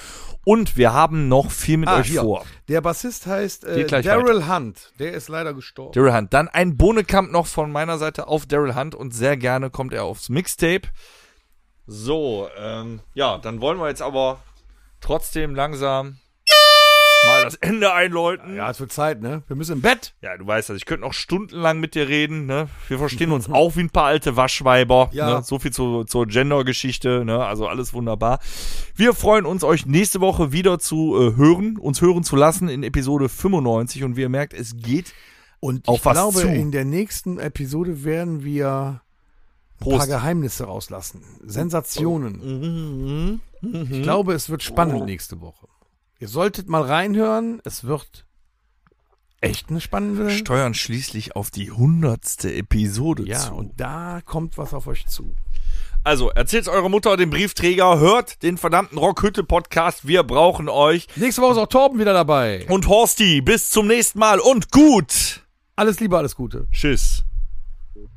C: Und wir haben noch viel mit
B: Ah,
C: euch
B: hier.
C: vor.
B: Der Bassist heißt äh,
C: Geht gleich
B: Daryl Hunt. Der ist leider gestorben.
C: Daryl Hunt. Dann ein Bohnekamp noch von meiner Seite auf Daryl Hunt und sehr gerne kommt er aufs Mixtape. So, ähm, ja, dann wollen wir jetzt aber trotzdem langsam mal das Ende einläuten.
B: Ja, es wird Zeit, ne? Wir müssen im Bett.
C: Ja, du weißt das. Ich könnte noch stundenlang mit dir reden. Ne? Wir verstehen uns auch wie ein paar alte Waschweiber.
B: Ja.
C: Ne? So viel zu, zur Gender-Geschichte. Ne? Also alles wunderbar. Wir freuen uns, euch nächste Woche wieder zu äh, hören, uns hören zu lassen in Episode 95. Und wie ihr merkt, es geht
B: Und ich
C: Auf was
B: glaube,
C: zu.
B: in der nächsten Episode werden wir ein paar
C: Prost. Oh.
B: Geheimnisse rauslassen. Sensationen.
C: Mhm,
B: Ich glaube, es wird spannend nächste Woche. Ihr solltet mal reinhören. Es wird echt eine spannende.
C: Steuern schließlich auf die hundertste Episode
B: ja,
C: zu.
B: und da kommt was auf euch zu.
C: Also, erzählt's eurer Mutter, dem Briefträger, hört den verdammten Rockhütte-Podcast. Wir brauchen euch.
B: Nächste Woche ist auch Torben wieder dabei.
C: Und Horsti, bis zum nächsten Mal und gut.
B: Alles Liebe, alles Gute.
C: Tschüss.